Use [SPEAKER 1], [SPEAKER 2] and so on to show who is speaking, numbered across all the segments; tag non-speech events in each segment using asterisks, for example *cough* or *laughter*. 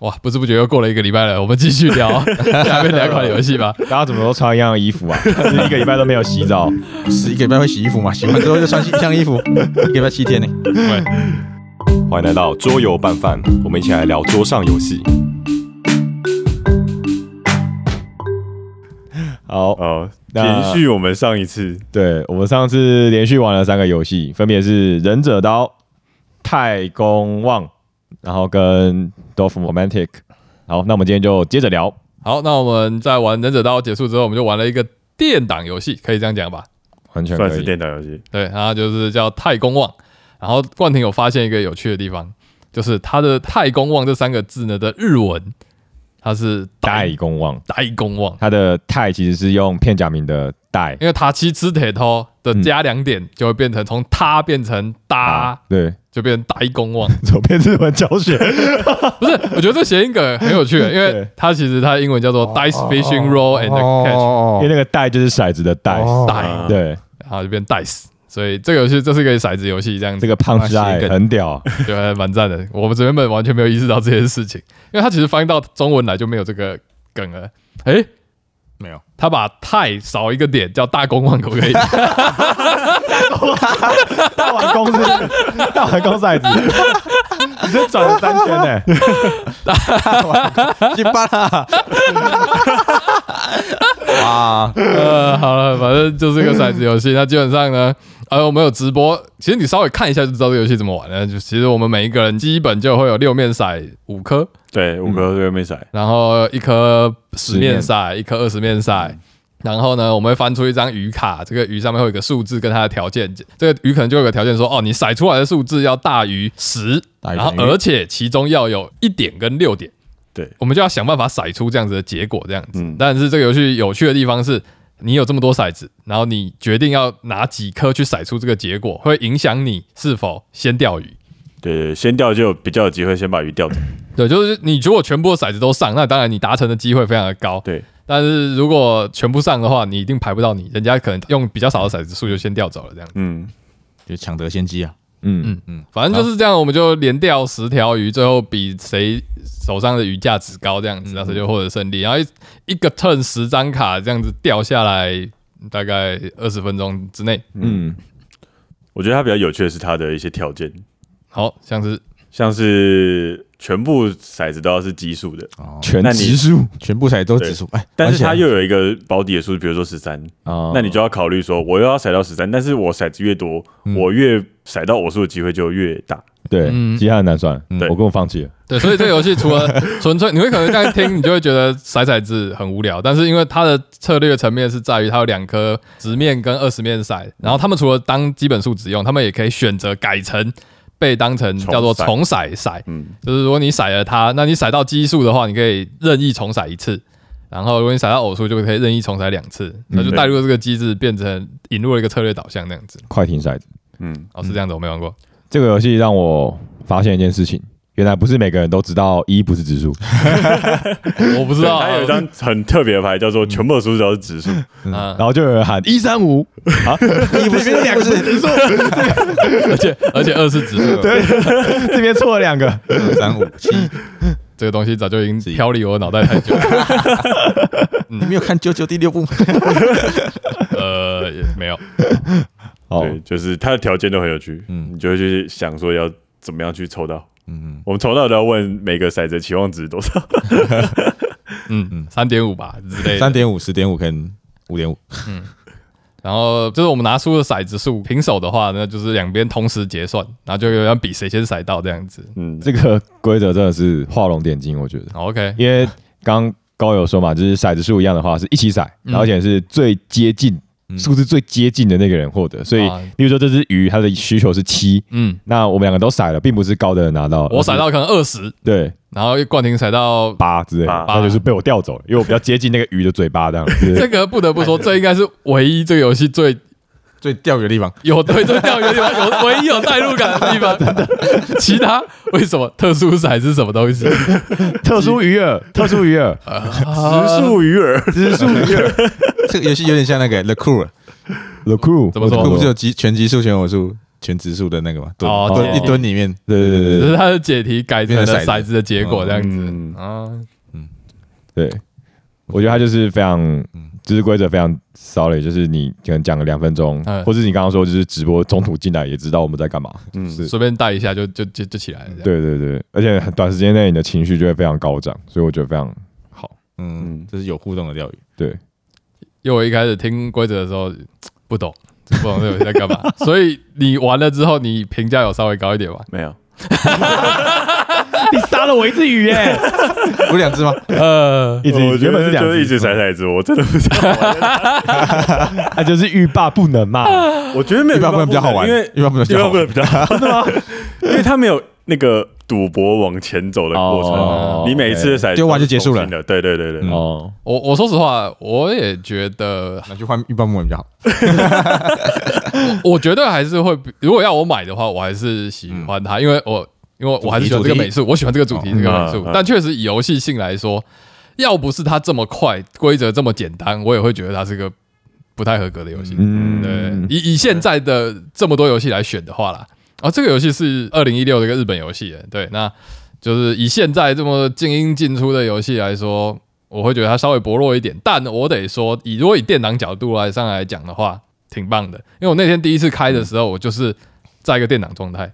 [SPEAKER 1] 哇，不知不觉又过了一个礼拜了，我们继续聊下面两款游戏吧。
[SPEAKER 2] 大家怎么都穿一样的衣服啊？ *laughs* 就是一个礼拜都没有洗澡，
[SPEAKER 3] 是一个礼拜会洗衣服嘛？洗完之后就穿一 *laughs* 箱衣服，一个礼拜七天呢。
[SPEAKER 1] 对，
[SPEAKER 4] 欢迎来到桌游拌饭，我们一起来聊桌上游戏。
[SPEAKER 2] 好，
[SPEAKER 4] 哦，
[SPEAKER 2] 那
[SPEAKER 4] 延续我们上一次，
[SPEAKER 2] 对我们上次连续玩了三个游戏，分别是《忍者刀》、《太空望》，然后跟《Dolphin Romantic》。好，那我们今天就接着聊。
[SPEAKER 1] 好，那我们在玩忍者刀结束之后，我们就玩了一个电档游戏，可以这样讲吧？
[SPEAKER 2] 完全
[SPEAKER 4] 算
[SPEAKER 2] 可
[SPEAKER 4] 是
[SPEAKER 2] 以，
[SPEAKER 4] 电脑游戏。
[SPEAKER 1] 对，然后就是叫太公望。然后冠廷有发现一个有趣的地方，就是它的“太公望”这三个字呢的日文，它是“
[SPEAKER 2] 代公望，
[SPEAKER 1] 代公望”，
[SPEAKER 2] 它的“太”其实是用片假名的“代
[SPEAKER 1] 因为塔七吃铁头的加两点就会变成从他变成”
[SPEAKER 2] 啊
[SPEAKER 1] 哒，，
[SPEAKER 2] 对， *laughs*
[SPEAKER 1] 就变成代公望。
[SPEAKER 2] 走遍日文教学。
[SPEAKER 1] 不是，我觉得这谐音梗很有趣，因为
[SPEAKER 2] 对
[SPEAKER 1] 它其实它的英文叫做 dice fishing roll and catch，
[SPEAKER 2] 因为那个带就是骰子的带，
[SPEAKER 3] 哦
[SPEAKER 1] 带
[SPEAKER 2] 对，
[SPEAKER 1] 然后就变 dice。所以这个游戏这是一个骰子游戏，这样
[SPEAKER 2] 这
[SPEAKER 1] 子
[SPEAKER 2] 个胖子
[SPEAKER 3] 啊
[SPEAKER 2] 带
[SPEAKER 3] 是一个
[SPEAKER 2] 很屌啊，
[SPEAKER 1] 觉得蛮赞的。我们原本完全没有意识到这件事情，因为它其实翻译到中文来就没有这个梗了。诶，
[SPEAKER 3] 没有，
[SPEAKER 1] 他把太少一个点叫大公望可不可以？ *laughs*
[SPEAKER 2] 大碗公是大碗公骰子，你这转了三圈呢，
[SPEAKER 3] 去巴啦！哇，
[SPEAKER 1] 呃，好了，反正就是个骰子游戏。那基本上呢，呃，我们有直播，其实你稍微看一下就知道这个游戏怎么玩了。就其实我们每一个人基本就会有六面骰五颗，
[SPEAKER 4] 对，五个对面骰，
[SPEAKER 1] 然后一颗十面
[SPEAKER 2] 十
[SPEAKER 1] 骰，一颗二十面骰。然后呢，我们会翻出一张鱼卡，这个鱼上面会有一个数字跟它的条件，这个鱼可能就有个条件说，哦，你骰出来的数字要大于十，
[SPEAKER 3] 大于
[SPEAKER 1] 然后
[SPEAKER 3] 等于
[SPEAKER 1] 而且其中要有一点跟六点，
[SPEAKER 4] 对，
[SPEAKER 1] 我们就要想办法骰出这样子的结果，这样子。
[SPEAKER 4] 嗯
[SPEAKER 1] 但是这个游戏有趣的地方是，你有这么多骰子，然后你决定要拿几颗去骰出这个结果，会影响你是否先钓鱼。
[SPEAKER 4] 对，先钓就有比较有机会先把鱼钓走。
[SPEAKER 1] 对，就是你如果全部的骰子都上，那当然你达成的机会非常的高。
[SPEAKER 4] 对，
[SPEAKER 1] 但是如果全部上的话，你一定排不到你，人家可能用比较少的骰子数就先钓走了这样。
[SPEAKER 4] 嗯，
[SPEAKER 3] 就抢得先机啊！
[SPEAKER 2] 嗯，
[SPEAKER 1] 反正就是这样，我们就连钓十条鱼，最后比谁手上的鱼价值高这样子，然后谁就获得胜利。然后一一个 turn 十张卡这样子掉下来，大概二十分钟之内，
[SPEAKER 2] 嗯，
[SPEAKER 4] 我觉得它比较有趣的是它的一些条件，
[SPEAKER 1] 好像是
[SPEAKER 4] 像是全部骰子都要是奇数的，
[SPEAKER 3] 哦，
[SPEAKER 2] 全
[SPEAKER 4] 那你
[SPEAKER 2] 指数
[SPEAKER 3] 全部彩都指数，哎，玩
[SPEAKER 4] 但是它
[SPEAKER 3] 起来
[SPEAKER 4] 又有一个保底的数，比如说十三，
[SPEAKER 2] 啊
[SPEAKER 4] 那你就要考虑说，我又要骰到十三，但是我骰子越多，我越骰到偶数的机会就越大。
[SPEAKER 2] 对，
[SPEAKER 1] 嗯
[SPEAKER 2] 其他很难算，
[SPEAKER 4] 对
[SPEAKER 2] 我跟我放弃了，
[SPEAKER 1] 对，所以这个游戏除了纯粹，你会可能这样听，你就会觉得骰骰子很无聊。但是因为它的策略层面是在于它有两颗直面跟二十面骰，然后他们除了当基本数值用，他们也可以选择改成被当成叫做重
[SPEAKER 4] 重
[SPEAKER 1] 骰骰，
[SPEAKER 4] 嗯，
[SPEAKER 1] 就是如果你骰了它，那你骰到奇数的话，你可以任意重骰一次。然后，如果你骰到偶数，就可以任意重骰两次，那就带入了这个机制，变成引入了一个策略导向那样子。
[SPEAKER 2] 快停骰子。
[SPEAKER 4] 嗯，
[SPEAKER 1] 哦，是这样子，我没玩过。
[SPEAKER 2] 这个游戏让我发现一件事情，原来不是每个人都知道一不是指数，
[SPEAKER 1] 我不知
[SPEAKER 4] 对，
[SPEAKER 1] 道啊，
[SPEAKER 4] 嗯它有一张很特别的牌，叫做全部的数字都是指数。
[SPEAKER 1] 啊
[SPEAKER 2] 然，后就有人喊一三五啊，
[SPEAKER 3] 一不是两个是指数，
[SPEAKER 1] 而且而且二是指数，
[SPEAKER 2] 这边错了两个，
[SPEAKER 3] 二三五七，
[SPEAKER 1] 这个东西早就已经飘离我的脑袋太久 *laughs* 了。
[SPEAKER 3] 嗯你没有看九九第六部吗？
[SPEAKER 1] 呃，也没有，
[SPEAKER 2] 哦，
[SPEAKER 4] 对，就是它的条件都很有趣，
[SPEAKER 3] 嗯
[SPEAKER 4] 你就会去想说要怎么样去抽到。
[SPEAKER 3] 嗯，
[SPEAKER 4] 我们抽到都要问每个骰子的期望值是多少，
[SPEAKER 1] 嗯，三点五吧之类
[SPEAKER 3] 三
[SPEAKER 1] 的。
[SPEAKER 3] 点五、十点五跟五点五，
[SPEAKER 1] 然后就是我们拿出的骰子数，平手的话呢，就是两边同时结算，然后就有人比谁先骰到这样子。
[SPEAKER 4] 嗯，
[SPEAKER 2] 这个规则真的是画龙点睛，我觉得，
[SPEAKER 1] 好 OK，
[SPEAKER 2] 因为刚高友说嘛，就是骰子数一样的话是一起骰，
[SPEAKER 1] 嗯
[SPEAKER 2] 然后而且是最接近数字最接近的那个人获得，所以
[SPEAKER 1] 啊
[SPEAKER 2] 例如说这只鱼它的需求是七，
[SPEAKER 1] 嗯，
[SPEAKER 2] 那我们两个都骰了，并不是高的人拿到，
[SPEAKER 1] 我骰
[SPEAKER 2] 而是
[SPEAKER 1] 到可能二十，
[SPEAKER 2] 对
[SPEAKER 1] 然后冠廷骰到
[SPEAKER 2] 八之类的，
[SPEAKER 4] 八
[SPEAKER 2] 那就是被我调走了，因为我比较接近那个鱼的嘴巴这
[SPEAKER 1] *laughs*
[SPEAKER 2] 样
[SPEAKER 1] 这
[SPEAKER 2] 子。
[SPEAKER 1] 个，不得不说，这应该是唯一这个游戏最
[SPEAKER 3] 最钓鱼的地方，
[SPEAKER 1] 有对这钓鱼的地方，有唯一有代入感的地方。真的，其他为什么特殊骰是什么东
[SPEAKER 3] *laughs*
[SPEAKER 1] 西？
[SPEAKER 2] 特殊鱼饵，特殊鱼
[SPEAKER 1] *laughs*
[SPEAKER 2] 饵，
[SPEAKER 4] 指数鱼饵，
[SPEAKER 2] 只
[SPEAKER 3] *laughs*
[SPEAKER 2] 是数鱼饵。
[SPEAKER 3] 这个游戏有点像那个 The Crew，
[SPEAKER 2] The Crew
[SPEAKER 1] 怎么说
[SPEAKER 3] The
[SPEAKER 2] 我
[SPEAKER 3] Crew 不是
[SPEAKER 2] 懂
[SPEAKER 3] 有极全级数、全偶数、全植树的那个嘛，吨
[SPEAKER 1] 哦
[SPEAKER 3] 吨
[SPEAKER 1] 对
[SPEAKER 3] 一吨里面，
[SPEAKER 2] 对对对
[SPEAKER 1] 只
[SPEAKER 2] 对
[SPEAKER 1] 是它的解题改成了
[SPEAKER 3] 变成骰
[SPEAKER 1] 骰
[SPEAKER 3] 子
[SPEAKER 1] 子的结果这样子
[SPEAKER 2] 嗯
[SPEAKER 1] 啊。
[SPEAKER 2] 对，我觉得他就是非常，
[SPEAKER 1] 嗯
[SPEAKER 2] 就是规则非常 solid，就是你可能讲个两分钟，
[SPEAKER 1] 嗯
[SPEAKER 2] 或者你刚刚说就是直播中途进来也知道我们在干嘛，
[SPEAKER 4] 嗯
[SPEAKER 2] 是
[SPEAKER 1] 随便带一下就就就就起来了。，
[SPEAKER 2] 对对对，而且很短时间内你的情绪就会非常高涨，所以我觉得非常好。
[SPEAKER 3] 嗯，这是有互动的钓鱼，
[SPEAKER 2] 对，
[SPEAKER 1] 因为我一开始听规则的时候不懂，不懂这游戏在干嘛，所以你玩了之后，你评价有稍微高一点吧？
[SPEAKER 4] 没有，
[SPEAKER 2] 你杀了我一只鱼耶、
[SPEAKER 3] *laughs* 有两只吗？
[SPEAKER 1] 呃，
[SPEAKER 2] 一直
[SPEAKER 4] 我觉
[SPEAKER 2] 原本是
[SPEAKER 4] 得
[SPEAKER 2] 两
[SPEAKER 4] 就是一
[SPEAKER 2] 只，
[SPEAKER 4] 直甩骰子，我真的不知道。
[SPEAKER 2] 啊，就是欲罢不能嘛。
[SPEAKER 4] 我觉得没有
[SPEAKER 3] 一般不能比较好
[SPEAKER 4] *laughs*
[SPEAKER 3] 玩，
[SPEAKER 4] 因为
[SPEAKER 3] 一般不能比
[SPEAKER 4] 一
[SPEAKER 3] 较好
[SPEAKER 4] 般不能
[SPEAKER 3] 玩，
[SPEAKER 4] 比较好，真的吗？因为他没有那个赌博往前走的过
[SPEAKER 2] 哦
[SPEAKER 4] 程，你每一次的骰子
[SPEAKER 3] 丢完就结束了
[SPEAKER 4] 都是重新的对对对对，
[SPEAKER 2] 哦，
[SPEAKER 1] 我我说实话，我也觉得，
[SPEAKER 3] 那就换一般不能比较好。
[SPEAKER 1] 我觉得还是会比，如果要我买的话，我还是喜欢它，因为我因为我还是喜欢这个美术，我喜欢这个主题这个美术
[SPEAKER 4] 嗯嗯，
[SPEAKER 1] 但确实以游戏性来说，要不是它这么快，规则这么简单，我也会觉得它是个不太合格的游戏。
[SPEAKER 2] 嗯，
[SPEAKER 1] 对，以以现在的这么多游戏来选的话啦，啊，这个游戏是二零一六的一个日本游戏，对，那就是以现在这么进英进出的游戏来说，我会觉得它稍微薄弱一点，但我得说，以如果以电脑角度来上来讲的话，挺棒的，因为我那天第一次开的时候，我就是在一个电脑状态，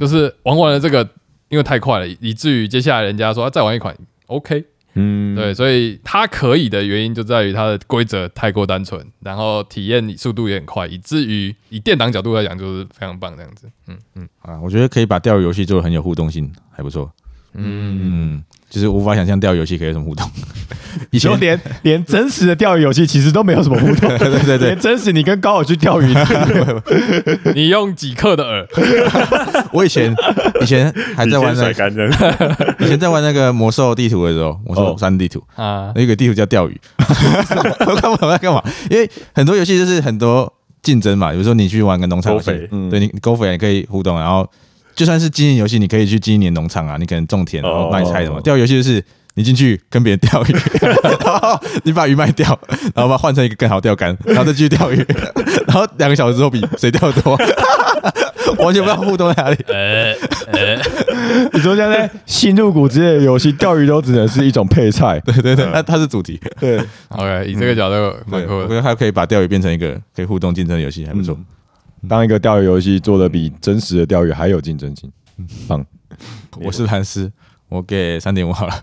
[SPEAKER 1] 就是玩完了这个，因为太快了，以以至于接下来人家说、啊、再玩一款，OK，
[SPEAKER 2] 嗯，
[SPEAKER 1] 对，所以它可以的原因就在于它的规则太过单纯，然后体验速度也很快，以至于以电档角度来讲就是非常棒这样子。嗯，
[SPEAKER 3] 啊，我觉得可以把钓鱼游戏做的很有互动性，还不错。嗯就是无法想象钓鱼游戏可以有什么互动。 *laughs* 以
[SPEAKER 2] 就连连真实的钓鱼游戏其实都没有什么互动，对对
[SPEAKER 3] 对对
[SPEAKER 2] 连真实你跟高尔去钓鱼，
[SPEAKER 1] 你用几克的饵？ *laughs*
[SPEAKER 3] 我以前以前还
[SPEAKER 4] 你
[SPEAKER 3] 在玩
[SPEAKER 4] 先甩
[SPEAKER 3] 那个，
[SPEAKER 4] 干的，
[SPEAKER 3] 以前在玩那个魔兽地图的时候，魔兽三地图，
[SPEAKER 1] 啊，
[SPEAKER 3] 那个地图叫钓鱼， *laughs* 我看不懂在干嘛。因为很多游戏就是很多竞争嘛，比如说你去玩个农场游戏
[SPEAKER 4] 勾肥，
[SPEAKER 2] 嗯
[SPEAKER 3] 对你勾肥你可以互动，然后就算是经营游戏，你可以去经营你的农场啊，你可能种田然后卖菜什么。
[SPEAKER 2] 哦
[SPEAKER 3] 钓鱼游戏就是你进去跟别人钓鱼， *laughs* 然后你把鱼卖掉，然后把它换成一个更好钓竿，然后再继续钓鱼，然后两个小时之后比谁钓得多， *laughs* 我完全不知道互动在哪里。 *laughs*
[SPEAKER 1] 呃呃，
[SPEAKER 2] 你说现在新入股之类的游戏，钓鱼都只能是一种配菜。
[SPEAKER 3] 对对对，它它是主题，
[SPEAKER 2] 对，
[SPEAKER 1] OK，以这个角度蛮
[SPEAKER 3] 嗯对，我
[SPEAKER 1] 酷的。
[SPEAKER 3] 觉得它可以把钓鱼变成一个可以互动竞争的游戏，还不错。
[SPEAKER 2] 当一个钓鱼游戏做的比真实的钓鱼还有竞争性，棒。
[SPEAKER 3] 我是蓝斯，我给三点五好了，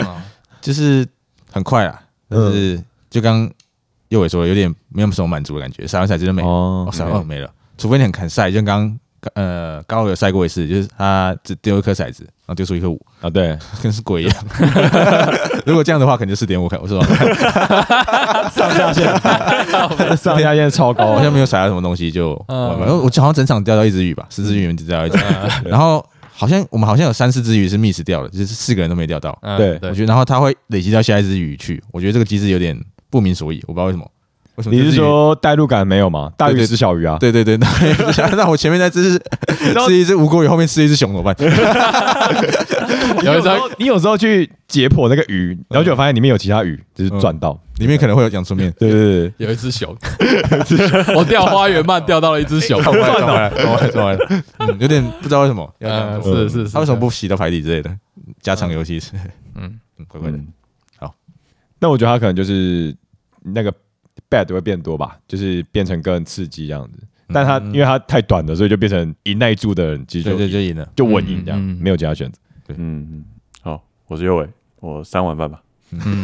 [SPEAKER 3] *laughs* 就是很快啊，但是就刚右伟说的有点没有什么满足的感觉，撒完骰子就没了，
[SPEAKER 2] 哦
[SPEAKER 3] 哦，撒完没了，除非你很砍赛，就刚呃高尔有赛过一次，就是他只丢一颗骰子，然后丢出一颗五，
[SPEAKER 2] 啊，对，
[SPEAKER 3] 跟是鬼一样。如果这样的话，可能就四点五开，我说
[SPEAKER 2] 上下限，上下限超
[SPEAKER 3] 我
[SPEAKER 2] 高
[SPEAKER 3] 好，像没有甩到什么东西，就
[SPEAKER 1] 嗯
[SPEAKER 3] 我我好像整场钓到一只鱼吧，十只鱼里面只钓到一只，然后好像我们好像有三四只鱼是 miss 掉了，就是四个人都没钓到。
[SPEAKER 1] 嗯
[SPEAKER 2] 对
[SPEAKER 1] 对
[SPEAKER 3] 我觉得，然后它会累积到下一只鱼去。我觉得这个机制有点不明所以，我不知道为什么。为什么？
[SPEAKER 2] 你是？说代入感没有吗？大鱼
[SPEAKER 3] 对对
[SPEAKER 2] 吃小鱼啊，
[SPEAKER 3] 对对对，那那我前面那只是
[SPEAKER 2] 道
[SPEAKER 3] 吃一只无锅鱼，后面吃一只熊怎么办？
[SPEAKER 1] 有一
[SPEAKER 2] 时
[SPEAKER 1] 张
[SPEAKER 2] 候你有时候去解剖那个鱼，然后就发现里面有其他鱼，就是赚到。
[SPEAKER 3] 里面可能会有洋葱面。
[SPEAKER 2] 对对对，
[SPEAKER 1] 有一只熊，我掉花园鳗掉到了一只熊。
[SPEAKER 3] 完了，完了，完了，嗯，有点不知道为什么要这样
[SPEAKER 1] 嗯，
[SPEAKER 3] 做。
[SPEAKER 1] 是是是，
[SPEAKER 3] 他为什么不洗到牌底之类的？加长游戏是，
[SPEAKER 1] 嗯
[SPEAKER 3] 嗯，乖乖的。
[SPEAKER 2] 那我觉得它可能就是那个 bad 会变多吧，就是变成更刺激这样子。
[SPEAKER 1] 嗯
[SPEAKER 2] 但它因为它太短了，所以就变成赢那一注的人其实
[SPEAKER 3] 对
[SPEAKER 2] 就
[SPEAKER 3] 对，就赢了。
[SPEAKER 2] 就稳赢这
[SPEAKER 1] 嗯
[SPEAKER 2] 样，
[SPEAKER 1] 嗯嗯
[SPEAKER 2] 没有其他选择。
[SPEAKER 4] 嗯，好，我是右伟，我三碗半吧，
[SPEAKER 1] 嗯？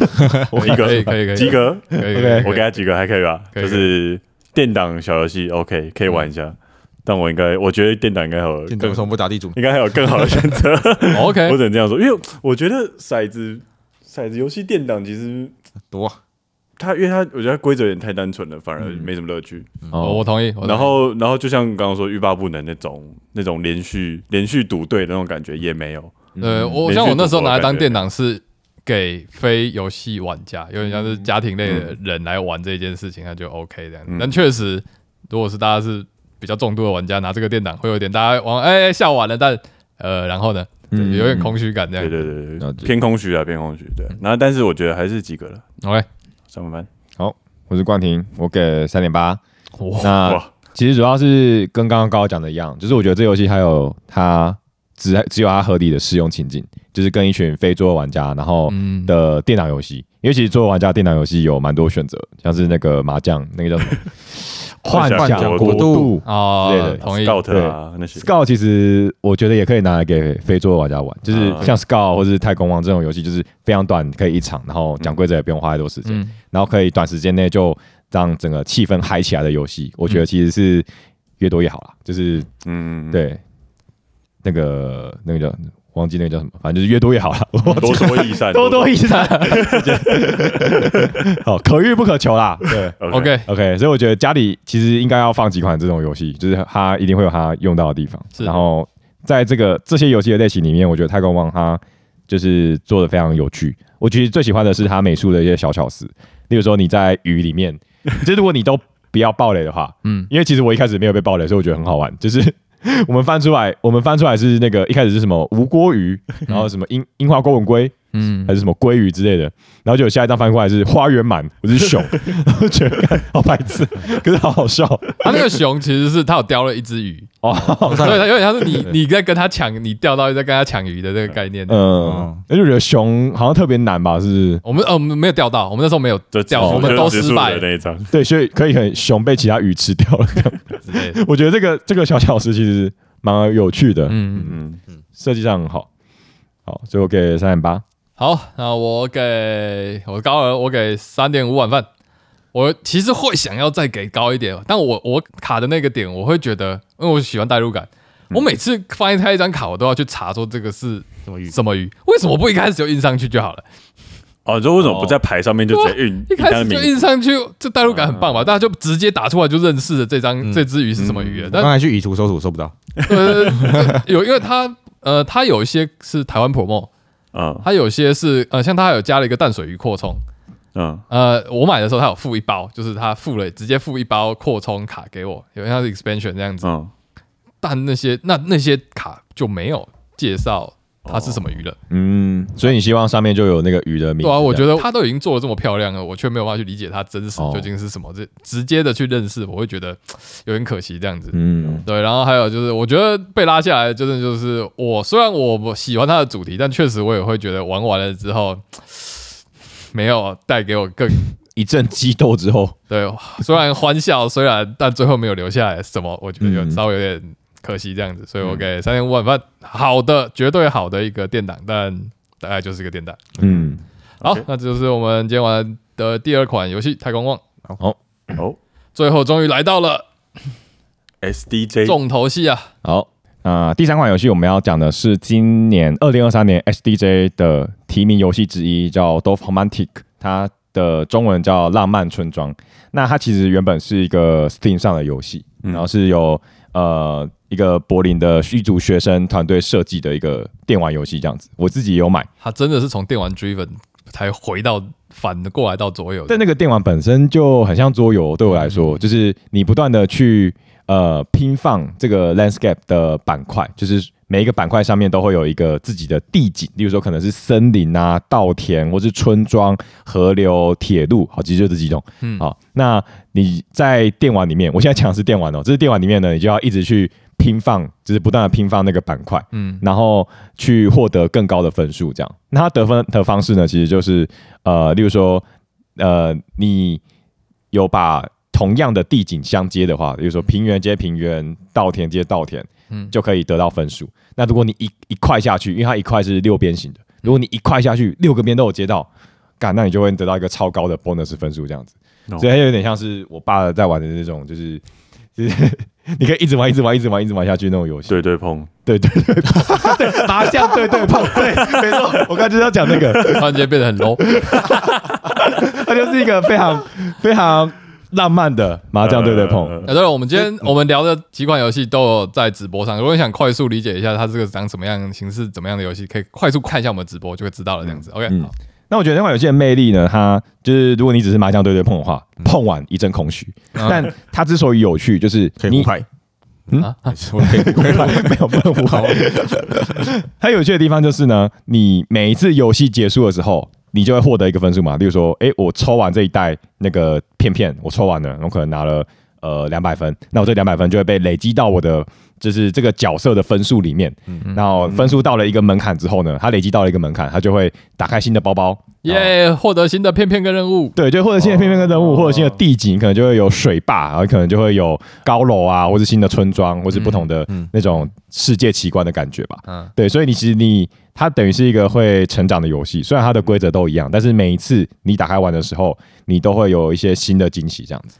[SPEAKER 4] 我一
[SPEAKER 1] 可以
[SPEAKER 4] 个
[SPEAKER 1] 可以可以，
[SPEAKER 4] 及格，
[SPEAKER 1] 可以，可以
[SPEAKER 2] OK
[SPEAKER 1] 可
[SPEAKER 4] 我
[SPEAKER 1] 以
[SPEAKER 4] 给他及格还可以吧，
[SPEAKER 1] 可以
[SPEAKER 4] 就是电档小游戏 OK 可以玩一下，但我应该我觉得电档应该还有
[SPEAKER 3] 你怎
[SPEAKER 4] 更
[SPEAKER 3] 么不打地主？
[SPEAKER 4] 应该还有更好的选择，我
[SPEAKER 1] 哦 OK，
[SPEAKER 4] 只能这样说，因为我觉得骰子骰子游戏电档其实
[SPEAKER 3] 多啊
[SPEAKER 4] 它因为它我觉得它规则有点太单纯了，反而没什么乐趣。
[SPEAKER 2] 哦
[SPEAKER 1] 我我同意。我同意
[SPEAKER 4] 然后，然后就像刚刚说欲罢不能那种那种连续连续赌对的那种感觉也没有。
[SPEAKER 1] 对我
[SPEAKER 4] 连续
[SPEAKER 1] 像我那
[SPEAKER 4] 赌
[SPEAKER 1] 时候
[SPEAKER 4] 博
[SPEAKER 1] 拿来
[SPEAKER 4] 的
[SPEAKER 1] 当
[SPEAKER 4] 感觉
[SPEAKER 1] 电脑是给非游戏玩家，有点像是家庭类的人来玩这件事情，那就 OK 这样子。但确实，如果是大家是比较重度的玩家，拿这个电脑会有点大家玩哎下完了，但呃然后呢，
[SPEAKER 2] 嗯
[SPEAKER 1] 对有点空虚感这样
[SPEAKER 4] 对
[SPEAKER 1] 子。
[SPEAKER 4] 对对
[SPEAKER 2] 了
[SPEAKER 4] 对，
[SPEAKER 2] 解
[SPEAKER 4] 偏空虚啊，偏空虚。对，然后但是我觉得还是及格了，
[SPEAKER 1] OK，
[SPEAKER 4] 上班班。
[SPEAKER 2] 我是冠廷，我给三点八。
[SPEAKER 1] 哇
[SPEAKER 2] 那
[SPEAKER 4] 哇，
[SPEAKER 2] 其实主要是跟刚刚高讲的一样，就是我觉得这游戏还有它只只有它合理的适用情境，就是跟一群非桌游玩家，然后
[SPEAKER 1] 嗯
[SPEAKER 2] 的电脑游戏，因为其实桌游玩家电脑游戏有蛮多选择，像是那个麻将，那个叫什么
[SPEAKER 4] 幻想
[SPEAKER 2] 国
[SPEAKER 4] 国
[SPEAKER 2] 度。之类
[SPEAKER 1] 哦
[SPEAKER 2] 的，
[SPEAKER 1] 同意。
[SPEAKER 4] ，Scout 啊那些
[SPEAKER 2] Scout 其实我觉得也可以拿来给非桌游玩家玩，就是
[SPEAKER 4] 嗯
[SPEAKER 2] 像 Scout 或是太空王这种游戏，就是非常短，可以一场，然后讲规则也不用花太多时间。
[SPEAKER 1] 嗯，
[SPEAKER 2] 然后可以短时间内就让整个气氛嗨起来的游戏，我觉得其实是越多越好啦。就是
[SPEAKER 4] 嗯，
[SPEAKER 2] 对那个那个叫忘记那个叫什么，反正就是越多越好啦。
[SPEAKER 4] 多多益
[SPEAKER 2] *laughs*
[SPEAKER 4] 善，
[SPEAKER 2] 多多益善，好，可遇不可求啦。对
[SPEAKER 4] OK，
[SPEAKER 1] OK，
[SPEAKER 2] ，OK，所以我觉得家里其实应该要放几款这种游戏，就是它一定会有它用到的地方。
[SPEAKER 1] 是
[SPEAKER 2] 然后在这个这些游戏的类型里面，我觉得太空望它就是做的非常有趣。我其实最喜欢的是它美术的一些小巧思，例如说你在雨里面， *laughs* 就是如果你都不要暴雷的话，
[SPEAKER 1] 嗯，
[SPEAKER 2] 因为其实我一开始没有被暴雷，所以我觉得很好玩。就是 *laughs* 我们翻出来，我们翻出来是那个一开始是什么无锅
[SPEAKER 1] *laughs*
[SPEAKER 2] 鱼，然后什么樱樱花钩吻龟，
[SPEAKER 1] 嗯
[SPEAKER 2] 还，是什么鲑鱼之类的，然后就有下一张翻过来是花圆满，我
[SPEAKER 1] *laughs*
[SPEAKER 2] 是熊，然后觉得干好白痴，可是好好笑
[SPEAKER 1] 他那个熊其实是他有叼了一只鱼， *laughs*
[SPEAKER 2] 哦，
[SPEAKER 1] 所以他有点像是你你在跟他抢，你钓到在跟他抢鱼的这个概念。
[SPEAKER 2] 嗯，而且我觉得熊好像特别难吧，是不是？
[SPEAKER 1] 我们呃我们没有钓到，我们那时候没有
[SPEAKER 4] 这
[SPEAKER 1] 钓，我们都失败
[SPEAKER 4] 那一张，
[SPEAKER 2] 对，所以可以很熊被其他鱼吃掉了。
[SPEAKER 1] 之类的。
[SPEAKER 2] 我觉得这个这个小巧思其实蛮有趣的，
[SPEAKER 1] 嗯，
[SPEAKER 4] 嗯，
[SPEAKER 2] 设计上很好。好，所以我给三点八。
[SPEAKER 1] 好，那我给我高额，我给三点五碗饭。我其实会想要再给高一点，但我我卡的那个点，我会觉得，因为我喜欢代入感，我每次翻开一张卡，我都要去查说这个是
[SPEAKER 3] 什么鱼？
[SPEAKER 1] 什么鱼，为什么不一开始就印上去就好了？
[SPEAKER 4] 哦，你说为什么不在牌上面就直接运
[SPEAKER 1] 一
[SPEAKER 4] 一
[SPEAKER 1] 开
[SPEAKER 4] 单
[SPEAKER 1] 始就
[SPEAKER 4] 名？
[SPEAKER 1] 印上去，这代入感很棒吧？大家就直接打出来就认识了这张、这只鱼是什么鱼了。
[SPEAKER 3] 刚
[SPEAKER 1] 但
[SPEAKER 3] 才去以图搜图搜不到，
[SPEAKER 1] 呃，有因为它呃，它有一些是台湾 promo，
[SPEAKER 4] 嗯
[SPEAKER 1] 它有些是呃，像它还有加了一个淡水鱼扩充。
[SPEAKER 4] 嗯，
[SPEAKER 1] 呃，我买的时候它有附一包，就是它附了直接附一包扩充卡给我，有点像是 expansion 这样子。
[SPEAKER 4] 嗯，
[SPEAKER 1] 但那些那那些卡就没有介绍它是什么鱼了。
[SPEAKER 2] 嗯，所以你希望上面就有那个鱼的名字？
[SPEAKER 1] 对啊，我觉
[SPEAKER 2] 得
[SPEAKER 1] 得它都已经做的这么漂亮了，我却没有办法去理解它真实
[SPEAKER 2] 哦
[SPEAKER 1] 究竟是什么，这直接的去认识，我会觉得有点可惜这样子。
[SPEAKER 2] 嗯
[SPEAKER 1] 对，然后还有就是，我觉得被拉下来，真的就是我虽然我不喜欢它的主题，但确实我也会觉得玩完了之后，没有带给我更
[SPEAKER 2] 一阵激斗之后，
[SPEAKER 1] 对，虽然欢笑，虽然但最后没有留下来什么，我觉得有
[SPEAKER 2] 嗯
[SPEAKER 1] 稍微有点可惜这样子，所以我给三点五万分，好的，绝对好的一个电档，但大概就是个电档。
[SPEAKER 2] 嗯，
[SPEAKER 1] 好
[SPEAKER 4] OK，
[SPEAKER 1] 那这就是我们今天玩的第二款游戏《太空望》，
[SPEAKER 4] 哦
[SPEAKER 1] 最后终于来到了
[SPEAKER 4] ，SDJ
[SPEAKER 1] 重头戏啊！
[SPEAKER 2] 好，那、第三款游戏我们要讲的是今年二零二三年 SDJ 的提名游戏之一，叫《Dove Romantic》，它的中文叫《浪漫村庄》。那它其实原本是一个 Steam 上的游戏，
[SPEAKER 4] 嗯
[SPEAKER 2] 然后是由呃一个柏林的一族学生团队设计的一个电玩游戏，这样子。我自己也有买，
[SPEAKER 1] 它真的是从电玩 driven 才回到反过来到左右的，
[SPEAKER 2] 但那个电玩本身就很像桌游，对我来
[SPEAKER 1] 嗯
[SPEAKER 2] 说，就是你不断的去呃拼放这个 landscape 的板块，就是每一个板块上面都会有一个自己的地景，例如说可能是森林啊、稻田，或是村庄、河流、铁路，好，其实就这几种。
[SPEAKER 1] 嗯
[SPEAKER 2] 好，那你在电玩里面，我现在讲的是电玩哦，这是电玩里面呢，你就要一直去拼放，就是不断的拼放那个板块。
[SPEAKER 1] 嗯
[SPEAKER 2] 然后去获得更高的分数，这样。那他得分的方式呢，其实就是呃，例如说，呃，你有把同样的地景相接的话，比如说平原接平原，稻田接稻田，
[SPEAKER 1] 嗯，
[SPEAKER 2] 就可以得到分数。那如果你一一块下去，因为它一块是六边形的，如果你一块下去，六个边都有接到，干，那你就会得到一个超高的 bonus 分数这样子。
[SPEAKER 4] 哦
[SPEAKER 2] 所以它有点像是我爸在玩的那种，就是就是 *laughs* 你可以一直玩，一直玩，一直玩，一直玩下去那种游戏。
[SPEAKER 4] 对对碰，
[SPEAKER 2] 对对对， *laughs* 对麻将对对碰，对， *laughs* 没错，我刚才就是要讲那个，
[SPEAKER 1] 突然间变得很 low。
[SPEAKER 2] *laughs* 它就是一个非
[SPEAKER 3] *laughs*
[SPEAKER 2] 常非常浪漫的麻将对对
[SPEAKER 3] 嗯
[SPEAKER 2] 碰。
[SPEAKER 1] 哎那对了，我们今
[SPEAKER 2] 嗯
[SPEAKER 1] 天我们聊的几款游戏都有在直播上，如果你想快速理解一下它这个长什么样形式、怎么样的游戏，可以快速看一下我们直播就会知道了。这样子，OK，
[SPEAKER 2] 嗯
[SPEAKER 1] 好，
[SPEAKER 2] 那我觉得那款游戏的魅力呢，它就是如果你只是麻将对对碰的话，
[SPEAKER 3] 嗯
[SPEAKER 2] 碰完一阵空虚。
[SPEAKER 1] 嗯
[SPEAKER 2] 但它之所以有趣，就是
[SPEAKER 3] 可以
[SPEAKER 2] 你
[SPEAKER 3] 胡牌，
[SPEAKER 2] 嗯
[SPEAKER 1] 啊
[SPEAKER 3] 还是我可以胡牌
[SPEAKER 2] *laughs* 没有不能胡牌。它有趣的地方就是呢，你每一次游戏结束的时候，你就会获得一个分数嘛。例如说，诶，我抽完这一袋那个片片，我抽完了，然后可能拿了呃两百分，那我这两百分就会被累积到我的就是这个角色的分数里面。然后分数到了一个门槛之后呢，它累积到了一个门槛，它就会打开新的包包，
[SPEAKER 1] 耶，获得新的片片跟任务。
[SPEAKER 2] 对，就或者新的片片跟人物，
[SPEAKER 4] 哦
[SPEAKER 2] 或者新的地景，可能就会有水坝，然后可能就会有高楼啊，或者新的村庄，或是不同
[SPEAKER 4] 嗯
[SPEAKER 2] 的那种世界奇观的感觉吧。
[SPEAKER 1] 嗯
[SPEAKER 2] 对，所以你其实你它等于是一个会成长的游戏，虽然它的规则都一样，但是每一次你打开玩的时候，你都会有一些新的惊喜，这样子。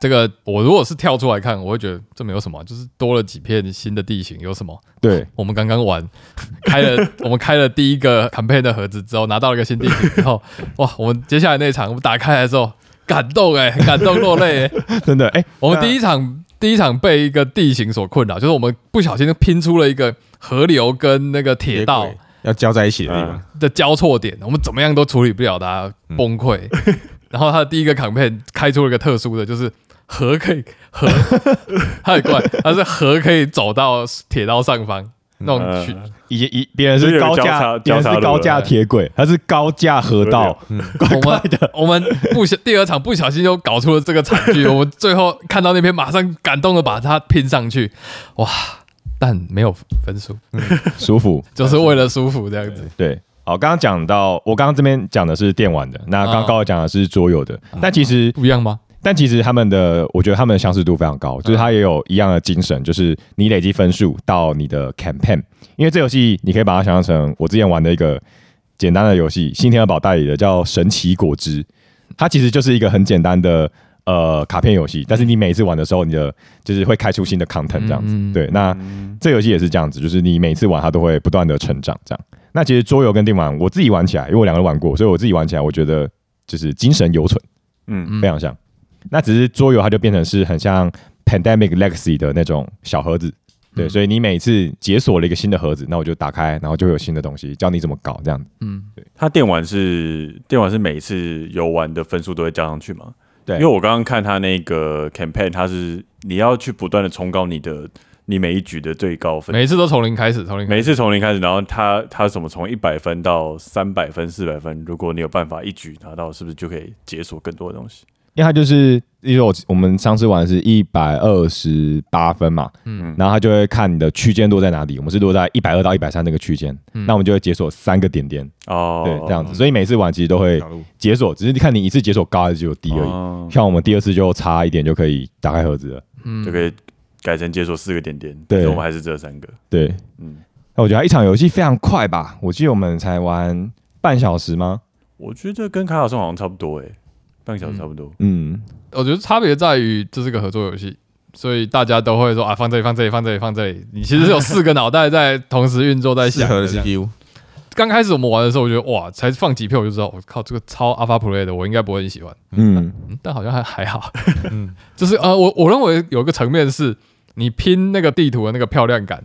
[SPEAKER 1] 这个我如果是跳出来看，我会觉得这没有什么，就是多了几片新的地形，有什么？
[SPEAKER 4] *laughs*
[SPEAKER 2] 对，
[SPEAKER 1] 我们刚刚玩开了， *laughs* 我们开了第一个 campaign 的盒子之后，拿到了一个新地形之后，哇，我们接下来那一场我们打开来的时候，感动哎、感动落泪、 *laughs* 欸。
[SPEAKER 2] 真的，哎、
[SPEAKER 1] 我们
[SPEAKER 2] 那
[SPEAKER 1] 第一场第一场被一个地形所困扰，就是我们不小心拼出了一个河流跟那个铁
[SPEAKER 3] *laughs*
[SPEAKER 1] 道
[SPEAKER 3] 要交在一起的地
[SPEAKER 4] 嗯
[SPEAKER 3] 方，，
[SPEAKER 1] 的交错点，我们怎么样都处理不了它，崩溃。
[SPEAKER 2] 嗯
[SPEAKER 1] *laughs* 然后他的第一个 campaign 开出了一个特殊的，就是河可以
[SPEAKER 2] *laughs*
[SPEAKER 1] 河，它很怪，它是河可以走到铁道上方那种
[SPEAKER 2] 呃
[SPEAKER 4] 嗯
[SPEAKER 1] 去
[SPEAKER 2] 以前以别人
[SPEAKER 4] 就是有
[SPEAKER 2] 高
[SPEAKER 4] 交
[SPEAKER 2] 架，
[SPEAKER 4] 叉
[SPEAKER 2] 别人
[SPEAKER 4] 交叉
[SPEAKER 2] 是
[SPEAKER 4] 路
[SPEAKER 2] 高
[SPEAKER 4] 了哎嗯
[SPEAKER 2] 架铁轨，它是高架河道，怪
[SPEAKER 1] 我
[SPEAKER 2] 怪
[SPEAKER 1] 们
[SPEAKER 2] 的。
[SPEAKER 1] 我们不小第二场不小心就搞出了这个惨剧，我们最后看到那篇马上感动的把它拼上去，哇！但没有分数，
[SPEAKER 2] 舒服。
[SPEAKER 1] 就是为了舒服这样子。
[SPEAKER 2] 对，好，刚刚讲到，我刚刚这边讲的是电玩的，那
[SPEAKER 4] 啊
[SPEAKER 1] 嗯
[SPEAKER 2] 刚刚高尔讲的是桌游的，但其实
[SPEAKER 1] 不一样吗？
[SPEAKER 2] 但其实他们的，我觉得他们的相似度非常高，就是它也有一样的精神，就是你累积分数到你的 campaign，因为这游戏你可以把它想象成我之前玩的一个简单的游戏，新天鹅堡代理的叫《神奇果汁》，它其实就是一个很简单的呃卡片游戏，但是你每一次玩的时候，你的就是会开出新的 content 这样子。对，那这游戏也是这样子，就是你每次玩它都会不断的成长这样。那其实桌游跟电玩，我自己玩起来，因为我两个都玩过，所以我自己玩起来，我觉得就是精神犹存。
[SPEAKER 4] 嗯，
[SPEAKER 2] 非常像。那只是桌游，它就变成是很像 Pandemic Legacy 的那种小盒子。
[SPEAKER 4] 嗯
[SPEAKER 2] 对，所以你每次解锁了一个新的盒子，那我就打开，然后就会有新的东西，教你怎么搞这样子。
[SPEAKER 1] 嗯，
[SPEAKER 4] 它电玩是电玩是每一次游玩的分数都会加上去嘛？
[SPEAKER 2] 对
[SPEAKER 4] 因为我刚刚看它那个 campaign，它是你要去不断的冲高你的你每一局的最高分，
[SPEAKER 1] 每一次都从零开始，从零开
[SPEAKER 4] 每
[SPEAKER 1] 始。
[SPEAKER 4] 一次从零开始，然后它它怎么从一百分到三百分、四百分？如果你有办法一局拿到，是不是就可以解锁更多的东西？
[SPEAKER 2] 因为它就是，例如我我们上次玩的是一百二十八分嘛，嗯，然后它就会看你的区间落在哪里，我们是落在一百二到一百三那个区间，那我们就会解锁三个点点，
[SPEAKER 4] 嗯哦，
[SPEAKER 2] 对，这样子。所以每次玩其实都会
[SPEAKER 3] 小路
[SPEAKER 2] 解锁，只是看你一次解锁高还是解锁低而已。
[SPEAKER 4] 哦
[SPEAKER 2] 像我们第二次就差一点就可以打开盒子了，
[SPEAKER 4] 就可以改成解锁四个点点，
[SPEAKER 2] 对
[SPEAKER 4] 但是我们还是这三个。
[SPEAKER 2] 对，
[SPEAKER 4] 嗯，
[SPEAKER 2] 那我觉得它一场游戏非常快吧，我记得我们才玩半小时吗？
[SPEAKER 4] 我觉得跟卡卡颂好像差不多诶、半个小时差不多。
[SPEAKER 2] 嗯，
[SPEAKER 1] 我觉得差别在于这是个合作游戏，所以大家都会说啊，放这里，放这里，放这里，放这里。你其实是有四个脑袋在同时运作在
[SPEAKER 3] 适
[SPEAKER 1] 想
[SPEAKER 3] *laughs* 合
[SPEAKER 1] 的
[SPEAKER 3] 的
[SPEAKER 1] 这样。
[SPEAKER 3] CPU，
[SPEAKER 1] 刚开始我们玩的时候，我觉得哇，才放几片我就知道，我靠，这个超 Alpha Play 的，我应该不会很喜欢。
[SPEAKER 2] 嗯，
[SPEAKER 1] 嗯但好像还还好。 *laughs* 就是呃，我我认为有一个层面是，你拼那个地图的那个漂亮感，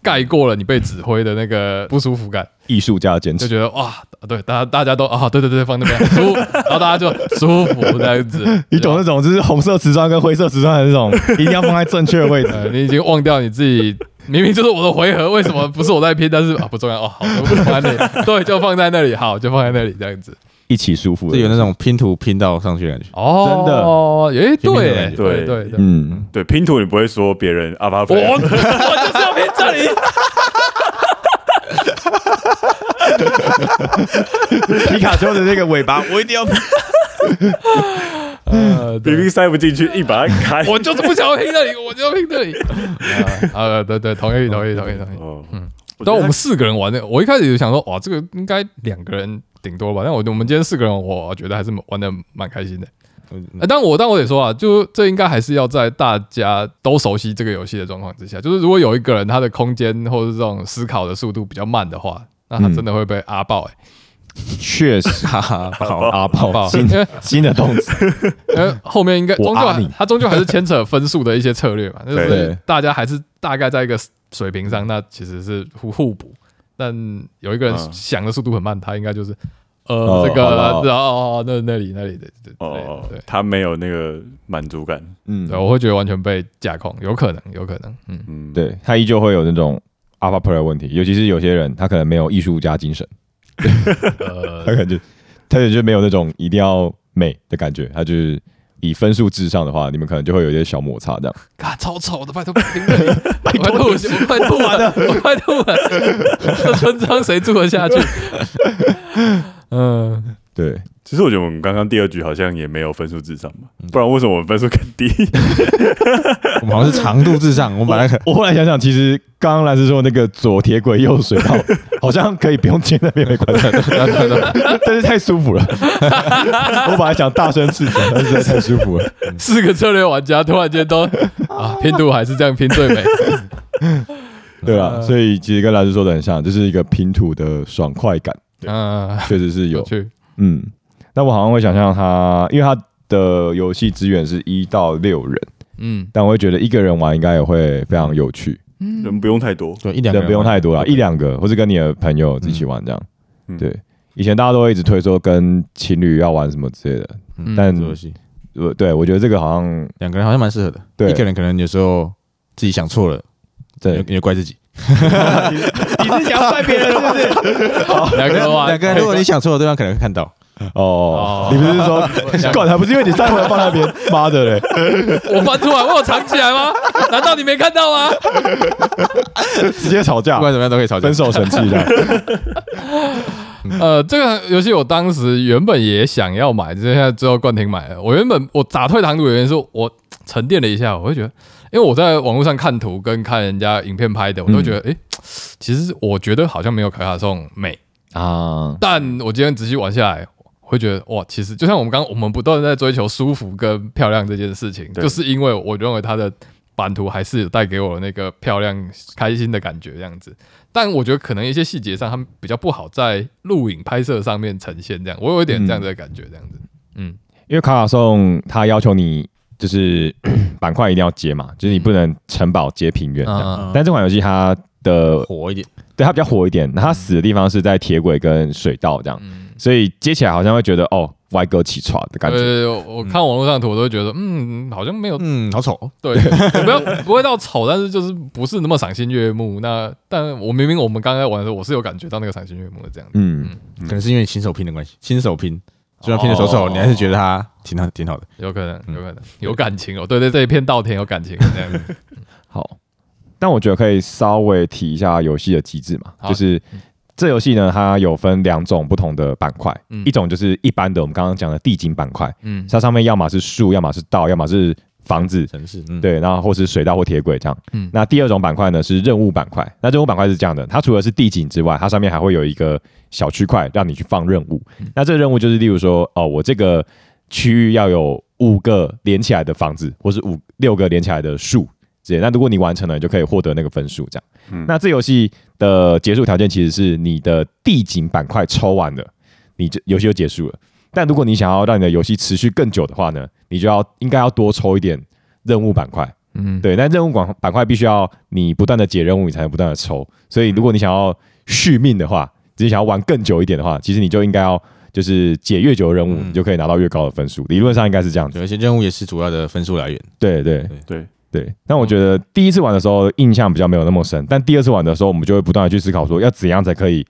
[SPEAKER 1] 盖过了你被指挥的那个不舒服感，
[SPEAKER 2] 艺术家的坚
[SPEAKER 1] 就
[SPEAKER 2] 持，
[SPEAKER 1] 觉得哇，对，大家大家都啊，对对对，放那边舒服，然后大家就舒服这样子。
[SPEAKER 2] 你懂那种就是红色瓷砖跟灰色瓷砖的那 *laughs* 种，一定要放在正确的位
[SPEAKER 1] 呃，
[SPEAKER 2] 置。
[SPEAKER 1] 你已经忘掉你自己，明明就是我的回合，为什么不是我在拼？但是啊，不重要哦，好，我放在那里， *laughs* 对，就放在那里，好，就放在那里这样子。
[SPEAKER 2] 一起舒服
[SPEAKER 3] 是
[SPEAKER 2] 的
[SPEAKER 3] 有那种拼图拼到上去的感觉。
[SPEAKER 1] 哦，真的，诶，
[SPEAKER 3] 拼命的
[SPEAKER 1] 对，
[SPEAKER 3] 感觉
[SPEAKER 1] 对，对，对，
[SPEAKER 2] *laughs* 嗯，
[SPEAKER 4] 对，拼图你不会说别人阿巴
[SPEAKER 1] 我
[SPEAKER 4] 布，
[SPEAKER 1] 我 *laughs*
[SPEAKER 4] *laughs*
[SPEAKER 1] 就是要拼这里。
[SPEAKER 2] 皮卡丘的那个尾巴，我一定要。
[SPEAKER 1] 呃，
[SPEAKER 4] 明明塞不进去，一把它开。
[SPEAKER 1] 我就是不想要拼这里，我就要拼这里。 *laughs* 啊，啊对对，同意同意同意同意。
[SPEAKER 4] 哦，
[SPEAKER 2] 嗯
[SPEAKER 1] 但我
[SPEAKER 4] 觉得
[SPEAKER 1] 们四个人玩的，我一开始就想说，哇，这个应该两个人顶多吧。但我我们今天四个人，我觉得还是玩的蛮开心的。
[SPEAKER 3] 嗯
[SPEAKER 1] 呃但我但我得说啊，就这应该还是要在大家都熟悉这个游戏的状况之下，就是如果有一个人他的空间或者这种思考的速度比较慢的话，那他真的会被阿爆哎、
[SPEAKER 2] *laughs* 确实，哈哈， *laughs* 阿
[SPEAKER 1] 阿
[SPEAKER 2] 炮
[SPEAKER 1] 炮
[SPEAKER 2] 新
[SPEAKER 1] 因为
[SPEAKER 2] 新的动词，
[SPEAKER 1] 因为呃后面应该
[SPEAKER 2] 我
[SPEAKER 1] 终究
[SPEAKER 2] 阿
[SPEAKER 1] 还
[SPEAKER 2] 你
[SPEAKER 1] 他终究还是牵扯分数的一些策略嘛，就是
[SPEAKER 2] 对
[SPEAKER 1] 大家还是大概在一个水平上，那其实是互互补。但有一个人
[SPEAKER 4] 嗯
[SPEAKER 1] 想的速度很慢，他应该就是呃
[SPEAKER 2] 哦
[SPEAKER 1] 这个
[SPEAKER 2] 好吧
[SPEAKER 1] 然后那那里那里的对
[SPEAKER 4] 哦，
[SPEAKER 1] 对
[SPEAKER 4] 他没有那个满足感。
[SPEAKER 2] 嗯
[SPEAKER 1] 对，，我会觉得完全被架空，有可能有可能，嗯，
[SPEAKER 4] 嗯，，
[SPEAKER 2] 对，他依旧会有那种 alpha player 的问题，尤其是有些人他可能没有艺术家精神，
[SPEAKER 1] 呃
[SPEAKER 2] 呃 *laughs* 他可能就他也就没有那种一定要美的感觉，他就是以分数至上的话，你们可能就会有一些小摩擦这样。
[SPEAKER 1] 看超丑的，拜托评论，拜托我快吐完了，我快吐完了，这村庄谁住得下去？嗯，
[SPEAKER 2] 对，
[SPEAKER 4] 其实我觉得我们刚刚第二局好像也没有分数至上嘛，
[SPEAKER 2] 嗯
[SPEAKER 4] 不然为什么我们分数更
[SPEAKER 2] *laughs*
[SPEAKER 4] 低？
[SPEAKER 3] *laughs* 我们好像是长度至上，我们把那个
[SPEAKER 2] 我后来想想，其实刚刚来是说那个左铁轨右水 *laughs* 道，好像可以不用接那边没关系，但是太舒服 *laughs* 了。我本来想大声斥责，但是实在太舒服了。
[SPEAKER 1] 四个策略玩家突然间都啊，拼图还是这样拼最美。
[SPEAKER 2] 对啊，所以其实跟来师说的很像，就是一个拼图的爽快感，
[SPEAKER 1] 嗯，
[SPEAKER 2] 确实是有
[SPEAKER 1] 有。趣。
[SPEAKER 2] 嗯，但我好像会想象他，因为他的游戏资源是一到六人，
[SPEAKER 1] 嗯，
[SPEAKER 2] 但我会觉得一个人玩应该也会非常有趣，
[SPEAKER 4] 人不用太多，
[SPEAKER 3] 对一两个
[SPEAKER 2] 人
[SPEAKER 3] 人
[SPEAKER 2] 不用太多了，
[SPEAKER 3] 对
[SPEAKER 2] 一两个，或是跟你的朋友一起玩这样。
[SPEAKER 4] 嗯
[SPEAKER 2] 对，以前大家都会一直推说跟情侣要玩什么之类的，
[SPEAKER 1] 嗯
[SPEAKER 2] 但
[SPEAKER 3] 这游戏
[SPEAKER 2] 呃，对我觉得这个好像
[SPEAKER 3] 两个人好像蛮适合的，
[SPEAKER 2] 对
[SPEAKER 3] 一个人可能有时候自己想错了，
[SPEAKER 2] 对
[SPEAKER 3] 也也怪自己。
[SPEAKER 2] 你是想要怪别人是不是？
[SPEAKER 1] *laughs* 两个人玩，
[SPEAKER 3] 两个人如果你想错了，对方可能会看到。
[SPEAKER 2] 哦
[SPEAKER 1] 哦，
[SPEAKER 2] 你不是说 *laughs* 管还不是因为你上回放那边，妈的嘞！
[SPEAKER 1] 我翻出来，我有藏起来吗？ *laughs* 难道你没看到吗？
[SPEAKER 2] 直接吵架
[SPEAKER 3] *laughs* 不，管怎么样都可以吵架
[SPEAKER 2] 分。手神器这样。
[SPEAKER 3] 嗯
[SPEAKER 1] 呃，这个游戏我当时原本也想要买，只是现在最后冠廷买了。我原本我打退堂鼓的原因是我沉淀了一下，我会觉得，因为我在网络上看图跟看人家影片拍的，我都觉得，
[SPEAKER 3] 嗯
[SPEAKER 1] 诶，其实我觉得好像没有卡卡颂美。
[SPEAKER 2] 啊，
[SPEAKER 1] 但我今天仔细玩下来，会觉得哇，其实就像我们刚我们不断地在追求舒服跟漂亮这件事情，
[SPEAKER 4] 对
[SPEAKER 1] 就是因为我认为它的版图还是有带给我那个漂亮、开心的感觉这样子。但我觉得可能一些细节上，他们比较不好在录影拍摄上面呈现，这样我有一点这样子的感觉，这样子。嗯
[SPEAKER 2] 因为卡卡颂它要求你就是 *coughs* 板块一定要接嘛，就是你
[SPEAKER 1] 嗯
[SPEAKER 2] 不能城堡接平原这样。
[SPEAKER 1] 啊
[SPEAKER 2] 但这款游戏它的
[SPEAKER 3] 嗯火一点，
[SPEAKER 2] 对它比较火一点，那它死的地方是在铁轨跟水道这样，
[SPEAKER 1] 嗯，
[SPEAKER 2] 所以接起来好像会觉得哦歪哥起床的感觉。
[SPEAKER 1] 对，我我看网络上的图，我都会觉得，嗯，好像没有
[SPEAKER 3] 嗯，好丑。
[SPEAKER 1] 对， *laughs* 不要不会到丑，但是就是不是那么赏心悦目。那但我明明我们刚才玩的时候，我是有感觉到那个赏心悦目的这样子。
[SPEAKER 2] 嗯，
[SPEAKER 3] 可能是因为你新手拼的关系，新手拼虽然拼的手
[SPEAKER 1] 哦
[SPEAKER 3] 丑，你还是觉得他挺好，挺好的。
[SPEAKER 1] 有可能，有可能有感情哦。对对，这一片稻田有感情，这样子
[SPEAKER 2] 好。但我觉得可以稍微提一下游戏的机制嘛，
[SPEAKER 1] 好嗯
[SPEAKER 2] 就是这游戏呢，它有分两种不同的板块，
[SPEAKER 1] 嗯
[SPEAKER 2] 一种就是一般的我们刚刚讲的地景板块，
[SPEAKER 1] 嗯
[SPEAKER 2] 它上面要么是树，要么是道，要么是房子，
[SPEAKER 3] 城市，嗯，
[SPEAKER 2] 对，然后或是水道或铁轨这样。
[SPEAKER 1] 嗯
[SPEAKER 2] 那第二种板块呢是任务板块。那任务板块是这样的，它除了是地景之外，它上面还会有一个小区块让你去放任务。那这个任务就是例如说，哦，我这个区域要有五个连起来的房子，或是五六个连起来的树之类的。那如果你完成了，你就可以获得那个分数这样。
[SPEAKER 4] 嗯
[SPEAKER 2] 那这游戏的结束条件其实是你的地景板块抽完了，你就游戏就结束了。但如果你想要让你的游戏持续更久的话呢，你就要应该要多抽一点任务板块，
[SPEAKER 1] 嗯，
[SPEAKER 2] 对，但任务板板块必须要你不断的解任务，你才能不断的抽。所以如果你想要续命的话，只是想要玩更久一点的话，其实你就应该要就是解越久的任务，
[SPEAKER 3] 嗯
[SPEAKER 2] 你就可以拿到越高的分数。理论上应该是这样子。
[SPEAKER 3] 有一些任务也是主要的分数来源。
[SPEAKER 2] 对对
[SPEAKER 4] 对，
[SPEAKER 2] 对。但我觉得第一次玩的时候印象比较没有那么深，但第二次玩的时候，我们就会不断的去思考说，要怎样才可以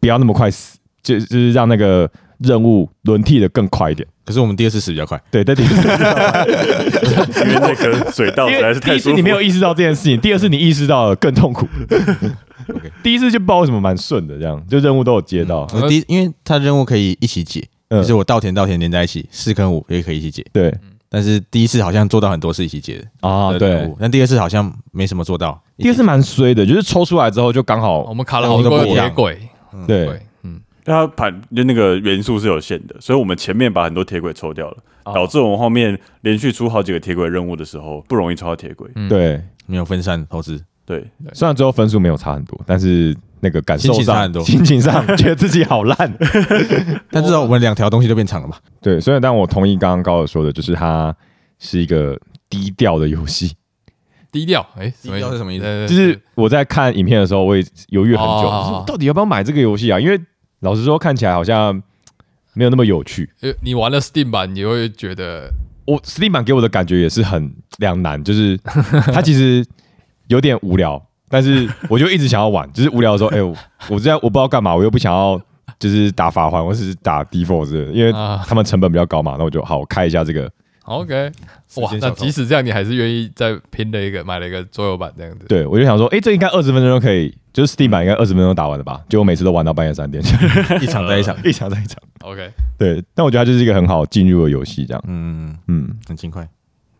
[SPEAKER 2] 不要那么快死，就就是让那个任务轮替的更快一点。
[SPEAKER 3] 可是我们第二次死比较快，
[SPEAKER 2] 对，但第一次
[SPEAKER 4] 因为那个水道
[SPEAKER 2] 因
[SPEAKER 4] 实在
[SPEAKER 2] 为
[SPEAKER 4] 是
[SPEAKER 2] 第
[SPEAKER 4] 太
[SPEAKER 2] 一
[SPEAKER 4] 舒
[SPEAKER 2] 次
[SPEAKER 4] 服了。
[SPEAKER 2] 你没有意识到这件事情，第二次你意识到了更痛苦。第一次就不知道为什么蛮顺的，这样就任务都有接到。
[SPEAKER 3] 我呃第一因为他任务可以一起解，
[SPEAKER 2] 嗯
[SPEAKER 3] 就是我稻田稻田连在一起，四跟五也可以一起解。
[SPEAKER 2] 对
[SPEAKER 3] 但是第一次好像做到很多是一起解的
[SPEAKER 2] 啊，
[SPEAKER 3] 的任
[SPEAKER 2] 对
[SPEAKER 3] 务，，但第二次好像没什么做到。
[SPEAKER 2] 第二次蛮衰的，就是抽出来之后就刚
[SPEAKER 1] 我
[SPEAKER 2] 好
[SPEAKER 1] 们卡了好多
[SPEAKER 3] 都不一
[SPEAKER 1] 铁
[SPEAKER 3] 样
[SPEAKER 1] 轨，
[SPEAKER 2] 对
[SPEAKER 1] 对，哦嗯，
[SPEAKER 4] 但它盘就那个元素是有限的，所以我们前面把很多铁轨抽掉了，导致我们后面连续出好几个铁轨任务的时候，不容易抽到铁轨。
[SPEAKER 1] 嗯
[SPEAKER 2] 对，
[SPEAKER 3] 没有分散投资，
[SPEAKER 4] 对，
[SPEAKER 2] 虽然最后分数没有差很多，但是那个感受
[SPEAKER 3] 心情差
[SPEAKER 2] 上
[SPEAKER 3] 很多
[SPEAKER 2] 心情上觉得自己好烂。
[SPEAKER 3] 但至少我们两条东西都变长
[SPEAKER 2] *laughs*
[SPEAKER 3] 了嘛。
[SPEAKER 2] 对，所以但我同意刚刚高尔说的，就是它是一个低调的游戏。
[SPEAKER 1] 低调，哎，什么
[SPEAKER 3] 低调是什么意思
[SPEAKER 1] 对对
[SPEAKER 2] 就
[SPEAKER 1] 对
[SPEAKER 2] 是我在看影片的时候，我也犹豫很久，
[SPEAKER 1] 哦
[SPEAKER 2] 我说到底要不要买这个游戏啊？因为老实说，看起来好像没有那么有趣。
[SPEAKER 1] 呃你玩了 Steam 版，你会觉得
[SPEAKER 2] 我 Steam 版给我的感觉也是很两难，就是
[SPEAKER 1] *laughs*
[SPEAKER 2] 它其实有点无聊，但是我就一直想
[SPEAKER 1] *laughs*
[SPEAKER 2] 要玩，就是无聊的时候，哎、我我在我不知道干嘛，我又不想要就是打法环或是打 default 之类的，因为
[SPEAKER 1] 啊
[SPEAKER 2] 他们成本比较高嘛，那我就好我开一下这个
[SPEAKER 1] OK，哇，那即使这样，你还是愿意再拼了一个买了一个桌游版这样子。
[SPEAKER 2] 对，我就想说，哎、这应该二十分钟就可以，就是 Steam 版应该二十分钟打完了吧？结果每次都玩到半夜三点，
[SPEAKER 3] 一场再一场，
[SPEAKER 2] *laughs* 一场再一场。
[SPEAKER 1] OK，
[SPEAKER 2] 对，但我觉得它就是一个很好进入的游戏，这样。
[SPEAKER 3] 嗯，
[SPEAKER 2] 嗯，
[SPEAKER 3] 很勤快。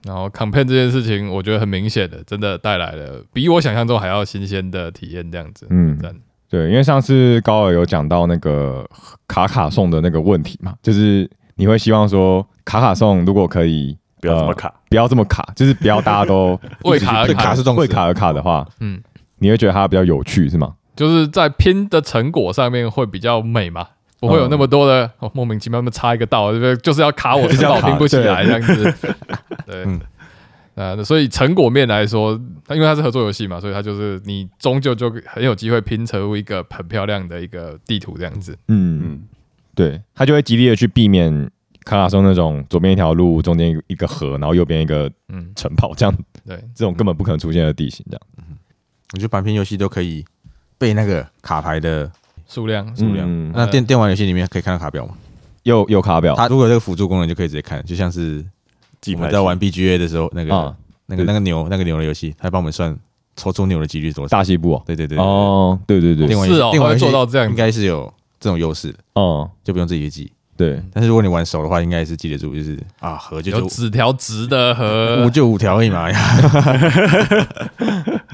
[SPEAKER 1] 然后 campaign 这件事情，我觉得很明显的，真的带来了比我想象中还要新鲜的体验这样子。
[SPEAKER 2] 嗯
[SPEAKER 1] 赞
[SPEAKER 2] 对，因为上次高尔有讲到那个卡卡送的那个问题嘛，就是你会希望说卡卡送如果可以
[SPEAKER 4] 不要这么卡。
[SPEAKER 2] 不要这么卡，就是不要大家都
[SPEAKER 1] *laughs* 为卡而
[SPEAKER 2] 一直去
[SPEAKER 1] 卡
[SPEAKER 3] 是重视
[SPEAKER 2] 为卡而卡的话，
[SPEAKER 1] 嗯
[SPEAKER 2] 嗯，你会觉得它比较有趣是吗？
[SPEAKER 1] 就是在拼的成果上面会比较美嘛，不会有那么多的、哦、莫名其妙那么插一个道，就是就是 *laughs* 要卡我，
[SPEAKER 2] 就是要
[SPEAKER 1] 道
[SPEAKER 2] 卡
[SPEAKER 1] 拼不起来这样子。 *laughs* 对，
[SPEAKER 3] 嗯
[SPEAKER 1] 呃那所以成果面来说，它因为它是合作游戏嘛，所以它就是你终究就很有机会拼出一个很漂亮的一个地图这样子。
[SPEAKER 2] 嗯，
[SPEAKER 4] 嗯，
[SPEAKER 2] 对，他就会极力的去避免卡卡松那种左边一条路，中间一个河，然后右边一个
[SPEAKER 1] 嗯，
[SPEAKER 2] 城堡，这样
[SPEAKER 1] 对，
[SPEAKER 2] 这种根本不可能出现的地形，这样。
[SPEAKER 3] 我觉得版片游戏都可以背那个卡牌的
[SPEAKER 1] 数量
[SPEAKER 2] 嗯
[SPEAKER 3] 数量。那电电玩游戏里面可以看到卡表吗？
[SPEAKER 2] 右右卡表
[SPEAKER 3] 它如果有这个辅助功能就可以直接看，就像是
[SPEAKER 4] 记
[SPEAKER 3] 我
[SPEAKER 4] 牌
[SPEAKER 3] 们在玩 BGA 的时候，那
[SPEAKER 2] 啊
[SPEAKER 3] 个，那个那个牛那个牛的游戏，它帮我们算抽出牛的几率多少。
[SPEAKER 2] 大西部哦。
[SPEAKER 3] 对对对，对
[SPEAKER 2] 哦，对对对
[SPEAKER 3] 电，玩游
[SPEAKER 1] 是哦
[SPEAKER 3] 戏电玩游戏
[SPEAKER 1] 会做到这样子
[SPEAKER 3] 应该是有这种优势的，
[SPEAKER 2] 哦，
[SPEAKER 3] 就不用自己去记。
[SPEAKER 2] 对，
[SPEAKER 3] 但是如果你玩熟的话，应该也是记得住，就是啊，和就
[SPEAKER 1] 有
[SPEAKER 3] 是
[SPEAKER 1] 纸条直的和
[SPEAKER 3] 五就五条而已嘛，
[SPEAKER 2] *laughs*
[SPEAKER 3] 哎呀，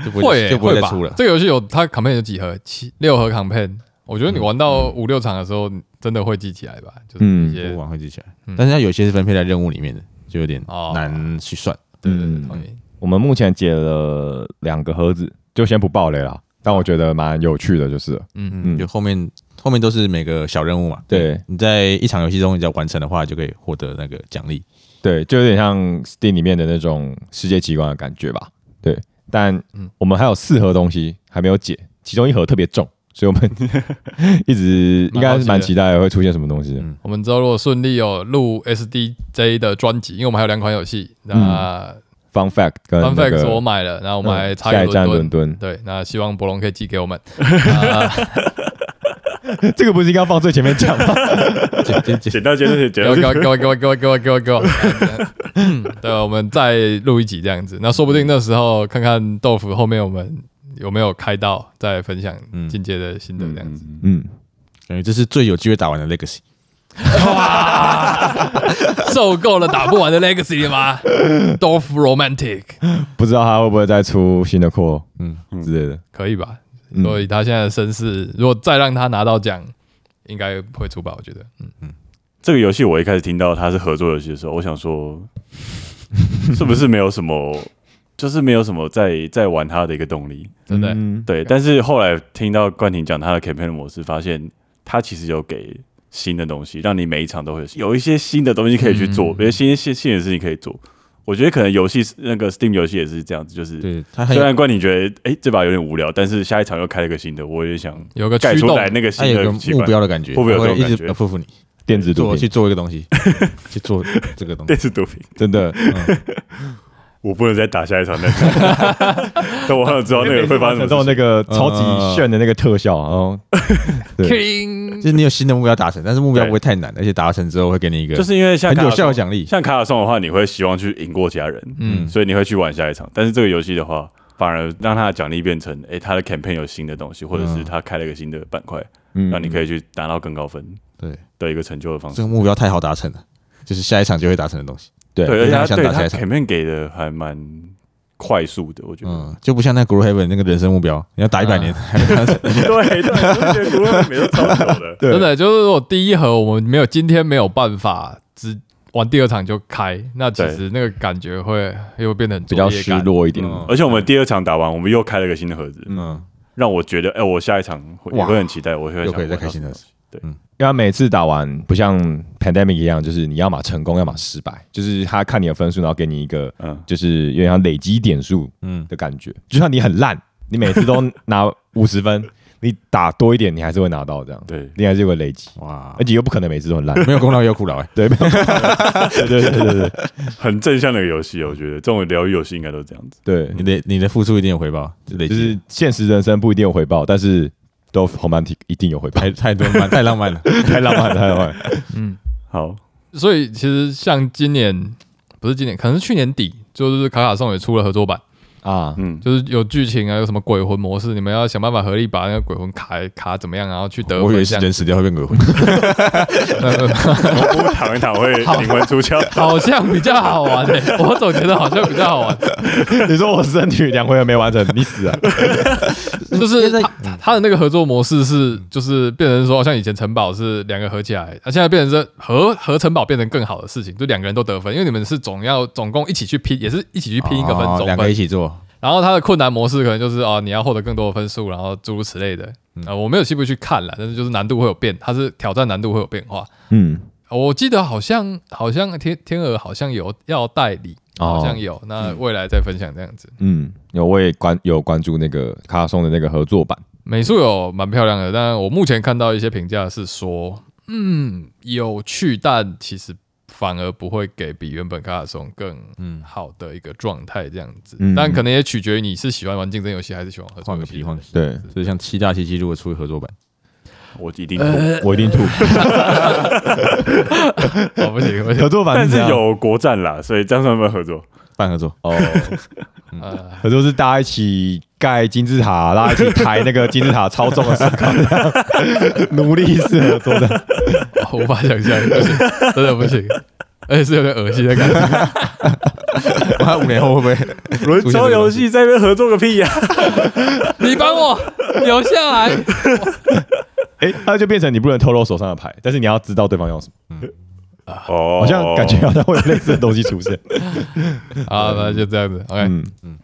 [SPEAKER 3] 就不
[SPEAKER 1] 会
[SPEAKER 3] 会
[SPEAKER 1] 欸
[SPEAKER 3] 就不会
[SPEAKER 1] 会
[SPEAKER 3] 再
[SPEAKER 1] 吧
[SPEAKER 3] 出了。
[SPEAKER 1] 这个游戏有它 campaign 有几盒，七六盒 campaign，我觉得你玩到五六场的时候，你真的会记起来吧？就是一
[SPEAKER 2] 嗯
[SPEAKER 1] 些
[SPEAKER 3] 不玩会记起来
[SPEAKER 1] 嗯，
[SPEAKER 3] 但是它有些是分配在任务里面的，就有点
[SPEAKER 1] 哦
[SPEAKER 3] 难去算。
[SPEAKER 1] 对对对，
[SPEAKER 2] 嗯
[SPEAKER 1] 同意。
[SPEAKER 2] 我们目前解了两个盒子，就先不爆雷了。但我觉得蛮有趣的，就是了
[SPEAKER 1] 嗯，
[SPEAKER 3] 嗯，就后面后面都是每个小任务嘛。
[SPEAKER 2] 对
[SPEAKER 3] 你在一场游戏中你只要完成的话，就可以获得那个奖
[SPEAKER 4] *laughs*
[SPEAKER 3] 励。
[SPEAKER 2] 对，就有点像 Steam 里面的那种世界奇观的感觉吧。对，但
[SPEAKER 1] 嗯
[SPEAKER 2] 我们还有四盒东西还没有解，其中一盒特别重，所以
[SPEAKER 1] *laughs*
[SPEAKER 2] 我们一直应该是蛮期待会出现什么东西的。
[SPEAKER 3] 嗯
[SPEAKER 1] 我们之后如果顺利有录 SDJ 的专辑，因为我们还有两款游戏，那
[SPEAKER 2] Fun Fact 跟
[SPEAKER 1] Fun
[SPEAKER 2] 那
[SPEAKER 1] Fact
[SPEAKER 2] 个
[SPEAKER 1] 是我买了，然后我们还
[SPEAKER 2] 嗯
[SPEAKER 1] 差
[SPEAKER 2] 下
[SPEAKER 1] 一
[SPEAKER 2] 一
[SPEAKER 1] 个
[SPEAKER 2] 站
[SPEAKER 1] 伦
[SPEAKER 2] 伦
[SPEAKER 1] 敦。
[SPEAKER 2] 敦，
[SPEAKER 1] 对，那希望博龙可以寄给我们。
[SPEAKER 2] *laughs* 这个不是应该放最前面讲
[SPEAKER 1] *laughs*
[SPEAKER 2] 吗？
[SPEAKER 3] 简简简
[SPEAKER 4] 简单简单简
[SPEAKER 1] 给我
[SPEAKER 4] 单
[SPEAKER 1] 给，我给我给我给我给我给我给我！嗯对，我们再录一集这样子，那说不定那时候看看豆腐后面我们有没有开到，再分享
[SPEAKER 3] 嗯
[SPEAKER 1] 进阶的心得这样子。
[SPEAKER 2] 嗯，
[SPEAKER 3] 感觉这是最有机会打完的 Legacy。
[SPEAKER 1] *laughs* 受够了打不完的 Legacy 了吗？豆腐 Romantic
[SPEAKER 2] 不知道他会不会再出新的扩
[SPEAKER 3] 嗯，
[SPEAKER 2] 之类的。
[SPEAKER 1] 可以吧？
[SPEAKER 2] 嗯
[SPEAKER 1] 所以他现在的身世，如果再让他拿到奖，应该会出吧？我觉得。
[SPEAKER 4] *laughs* 这个游戏我一开始听到它是合作游戏的时候，我想说，是不是没有什么，就是没有什么在在玩它的一个动力。
[SPEAKER 1] 真的
[SPEAKER 2] 嗯
[SPEAKER 4] 对，但是后来听到冠廷讲他的 campaign 模式，发现他其实有给新的东西，让你每一场都会有有一些新的东西可以去
[SPEAKER 3] 嗯
[SPEAKER 4] 做，有些新新新的事情可以做。我觉得可能游戏那个 Steam 游戏也是这样子，就是
[SPEAKER 3] 对，它很
[SPEAKER 4] 虽
[SPEAKER 3] 有
[SPEAKER 4] 然冠廷觉得哎、诶这把有点无聊，但是下一场又开了个新的，我
[SPEAKER 3] *laughs*
[SPEAKER 4] 也想
[SPEAKER 1] 有个
[SPEAKER 4] 盖
[SPEAKER 1] 驱
[SPEAKER 4] 出
[SPEAKER 1] 动，
[SPEAKER 4] 来那个
[SPEAKER 3] 它
[SPEAKER 4] 新
[SPEAKER 3] 有一个
[SPEAKER 4] 的奇
[SPEAKER 3] 目
[SPEAKER 4] 观。
[SPEAKER 3] 标的感觉，
[SPEAKER 4] 会不会有这
[SPEAKER 3] 它
[SPEAKER 4] 种
[SPEAKER 3] 一直
[SPEAKER 4] 感觉
[SPEAKER 3] approve 你
[SPEAKER 2] 电子毒
[SPEAKER 3] 做去
[SPEAKER 2] 品，
[SPEAKER 3] 做一个
[SPEAKER 4] *laughs*
[SPEAKER 3] 东西，去做这个东西
[SPEAKER 4] 电。子毒品，
[SPEAKER 2] 真的，
[SPEAKER 4] 我不能再打下一场那个。
[SPEAKER 3] *laughs*
[SPEAKER 4] 等我好想知道啊那个会发生什
[SPEAKER 2] 到
[SPEAKER 4] 么事
[SPEAKER 2] 那
[SPEAKER 4] 情。
[SPEAKER 2] 个
[SPEAKER 3] 嗯
[SPEAKER 2] 超级炫的那个特效，哦然后
[SPEAKER 1] King
[SPEAKER 3] 就是你有新的目标达成，但是目标
[SPEAKER 4] 对
[SPEAKER 3] 不会太难，而且达成之后会给你一个
[SPEAKER 4] 就是因为像
[SPEAKER 3] 很
[SPEAKER 4] 卡
[SPEAKER 3] 有
[SPEAKER 4] 尔
[SPEAKER 3] 效的
[SPEAKER 4] 松，
[SPEAKER 3] 奖励。
[SPEAKER 4] 像卡尔松的话，你会希望去赢过其他人，
[SPEAKER 1] 嗯
[SPEAKER 4] 嗯，所以你会去玩下一场。但是这个游戏的话，反而让他的奖励变成，诶，他的 campaign 有新的东西，或者
[SPEAKER 3] 嗯
[SPEAKER 4] 是他开了一个新的板块，
[SPEAKER 2] 嗯
[SPEAKER 4] 让你可以去达到更高分
[SPEAKER 3] 嗯对，
[SPEAKER 4] 的一个成就的方
[SPEAKER 3] 这
[SPEAKER 4] 式
[SPEAKER 3] 个。目标太好达成了，就是下一场就会达成的东西。
[SPEAKER 2] 对
[SPEAKER 4] 对，而且
[SPEAKER 3] 非常
[SPEAKER 4] 他
[SPEAKER 3] 想
[SPEAKER 4] 对
[SPEAKER 3] 打
[SPEAKER 4] 他
[SPEAKER 3] 下一场
[SPEAKER 4] campaign 给的还蛮快速的，我觉得。
[SPEAKER 3] 嗯，就不像那 Grow Heaven 那个人生目标，你要打一百年。
[SPEAKER 4] *laughs* 对对，我觉得国外每次超久的。
[SPEAKER 3] 嗯
[SPEAKER 2] 对
[SPEAKER 1] 真的就是如果第一盒我们没有今天没有办法只玩第二场就开，那其实那个感觉会又变得很
[SPEAKER 2] 比较
[SPEAKER 1] 作业
[SPEAKER 2] 失
[SPEAKER 1] 感。
[SPEAKER 2] 落一点。
[SPEAKER 3] 嗯
[SPEAKER 4] 而且我们第二场打完，我们又开了个新的盒子，
[SPEAKER 3] 嗯，
[SPEAKER 4] 让我觉得，哎，我下一场会也
[SPEAKER 3] 哇
[SPEAKER 4] 会很期待，我会
[SPEAKER 3] 又
[SPEAKER 4] 想
[SPEAKER 3] 可以再
[SPEAKER 4] 玩到
[SPEAKER 3] 开新
[SPEAKER 4] 什么
[SPEAKER 3] 的
[SPEAKER 4] 东西对，
[SPEAKER 2] 因为他每次打完不像 pandemic 一样，就是你要么成功，要么失败，就是他看你的分数，然后给你一个
[SPEAKER 4] 嗯，
[SPEAKER 2] 就是有点像累积点数
[SPEAKER 3] 嗯
[SPEAKER 2] 的感觉。就算你很烂，你每次都
[SPEAKER 3] *laughs*
[SPEAKER 2] 拿五十分，你打多一点，你还是会拿到这样，
[SPEAKER 4] 对。
[SPEAKER 2] 你还是有个累积，
[SPEAKER 3] 哇
[SPEAKER 2] 而，且又不可能每次都很烂。
[SPEAKER 3] *laughs* 没有功劳也有苦劳哎。
[SPEAKER 2] 对，没有对对对对对
[SPEAKER 4] 很正向的一个游戏，我觉得这种疗愈游戏应该都这样
[SPEAKER 3] *laughs*
[SPEAKER 4] 子。
[SPEAKER 2] 对
[SPEAKER 3] 你的你的付出一定有回报，就累
[SPEAKER 2] 嗯就
[SPEAKER 3] 积。
[SPEAKER 2] 是现实人生不一定有回报，但是都 romantic 一定有回报，
[SPEAKER 3] 太太多漫，太浪漫了。 *laughs*
[SPEAKER 2] 太浪漫了，太浪漫了。
[SPEAKER 4] 好，
[SPEAKER 1] 所以其实像今年不是今年，可能是去年底，就是卡卡颂也出了合作版，
[SPEAKER 2] 啊，
[SPEAKER 4] 嗯，
[SPEAKER 1] 就是有剧情啊，有什么鬼魂模式，你们要想办法合力把那个鬼魂卡卡怎么样，然后去得
[SPEAKER 3] 我以为
[SPEAKER 1] 分
[SPEAKER 3] 是
[SPEAKER 1] 项。
[SPEAKER 3] 人死掉会变鬼魂，
[SPEAKER 4] 我我躺一躺会灵魂出窍，
[SPEAKER 1] 好像比较好玩诶、
[SPEAKER 3] *laughs*
[SPEAKER 1] 我总觉得好像比较好玩，
[SPEAKER 2] 你说我神女两回合没完成，你死啊！
[SPEAKER 1] 就是他他他的那个合作模式是，就是变成说，好像以前城堡是两个合起来，啊那现在变成是合合城堡变成更好的事情，就两个人都得分，因为你们是总要总共一起去拼，也是一起去拼一个分
[SPEAKER 3] 哦
[SPEAKER 1] 总
[SPEAKER 3] 两个
[SPEAKER 1] 分
[SPEAKER 3] 一，起做，
[SPEAKER 1] 然后它的困难模式可能就是哦，你要获得更多的分数，然后诸如此类的。
[SPEAKER 3] 嗯
[SPEAKER 1] 啊、我没有细部去看了，但是就是难度会有变，它是挑战难度会有变化。
[SPEAKER 2] 嗯，
[SPEAKER 1] 我记得好像好像天天鹅好像有要代理，
[SPEAKER 2] 哦
[SPEAKER 1] 好像有，
[SPEAKER 3] 嗯
[SPEAKER 1] 那未来再分享这样子。
[SPEAKER 2] 嗯，有我也关有关注那个卡卡颂的那个合作版，
[SPEAKER 1] 美术有蛮漂亮的，但我目前看到一些评价是说，嗯，有趣，但其实反而不会给比原本卡卡颂更
[SPEAKER 3] 嗯
[SPEAKER 1] 好的一个状态这样子。
[SPEAKER 2] 嗯
[SPEAKER 1] 但可能也取决于你是喜欢玩竞争游戏还是喜欢合作
[SPEAKER 3] 换
[SPEAKER 1] 游
[SPEAKER 3] 个
[SPEAKER 1] 戏
[SPEAKER 3] 皮。换个皮，
[SPEAKER 2] 对
[SPEAKER 3] 就是像七大奇迹如果出合作版，
[SPEAKER 4] 我一定吐。
[SPEAKER 2] 我一定吐。
[SPEAKER 4] 呃
[SPEAKER 1] 哦，不行不行
[SPEAKER 2] *laughs*
[SPEAKER 3] *laughs*
[SPEAKER 2] 合，作版
[SPEAKER 4] 但是
[SPEAKER 2] 怎样 *laughs*
[SPEAKER 4] 有国战啦，所以这样算不算合作？
[SPEAKER 3] 半合作，
[SPEAKER 2] 哦，
[SPEAKER 1] 呃，
[SPEAKER 2] 合作是大家一起盖金字塔，大家一起抬那个金字塔超重的石头， *laughs* 奴隶式合作的。
[SPEAKER 1] 我无法想象，不行，真的不行，而且是有点恶心的感觉。
[SPEAKER 3] 哇五年后 *laughs* 会不会？
[SPEAKER 4] 轮
[SPEAKER 3] 轴
[SPEAKER 4] 轴
[SPEAKER 3] 游
[SPEAKER 4] 游戏在那边合作个屁呀、
[SPEAKER 1] 你帮我留下来，
[SPEAKER 2] 哎，它就变成你不能透露手上的牌，但是你要知道对方用什么，
[SPEAKER 4] 哦
[SPEAKER 2] 好像感觉好像会有类似的东西出 *laughs* 现。
[SPEAKER 1] 好，那就这样子，OK，
[SPEAKER 2] 嗯，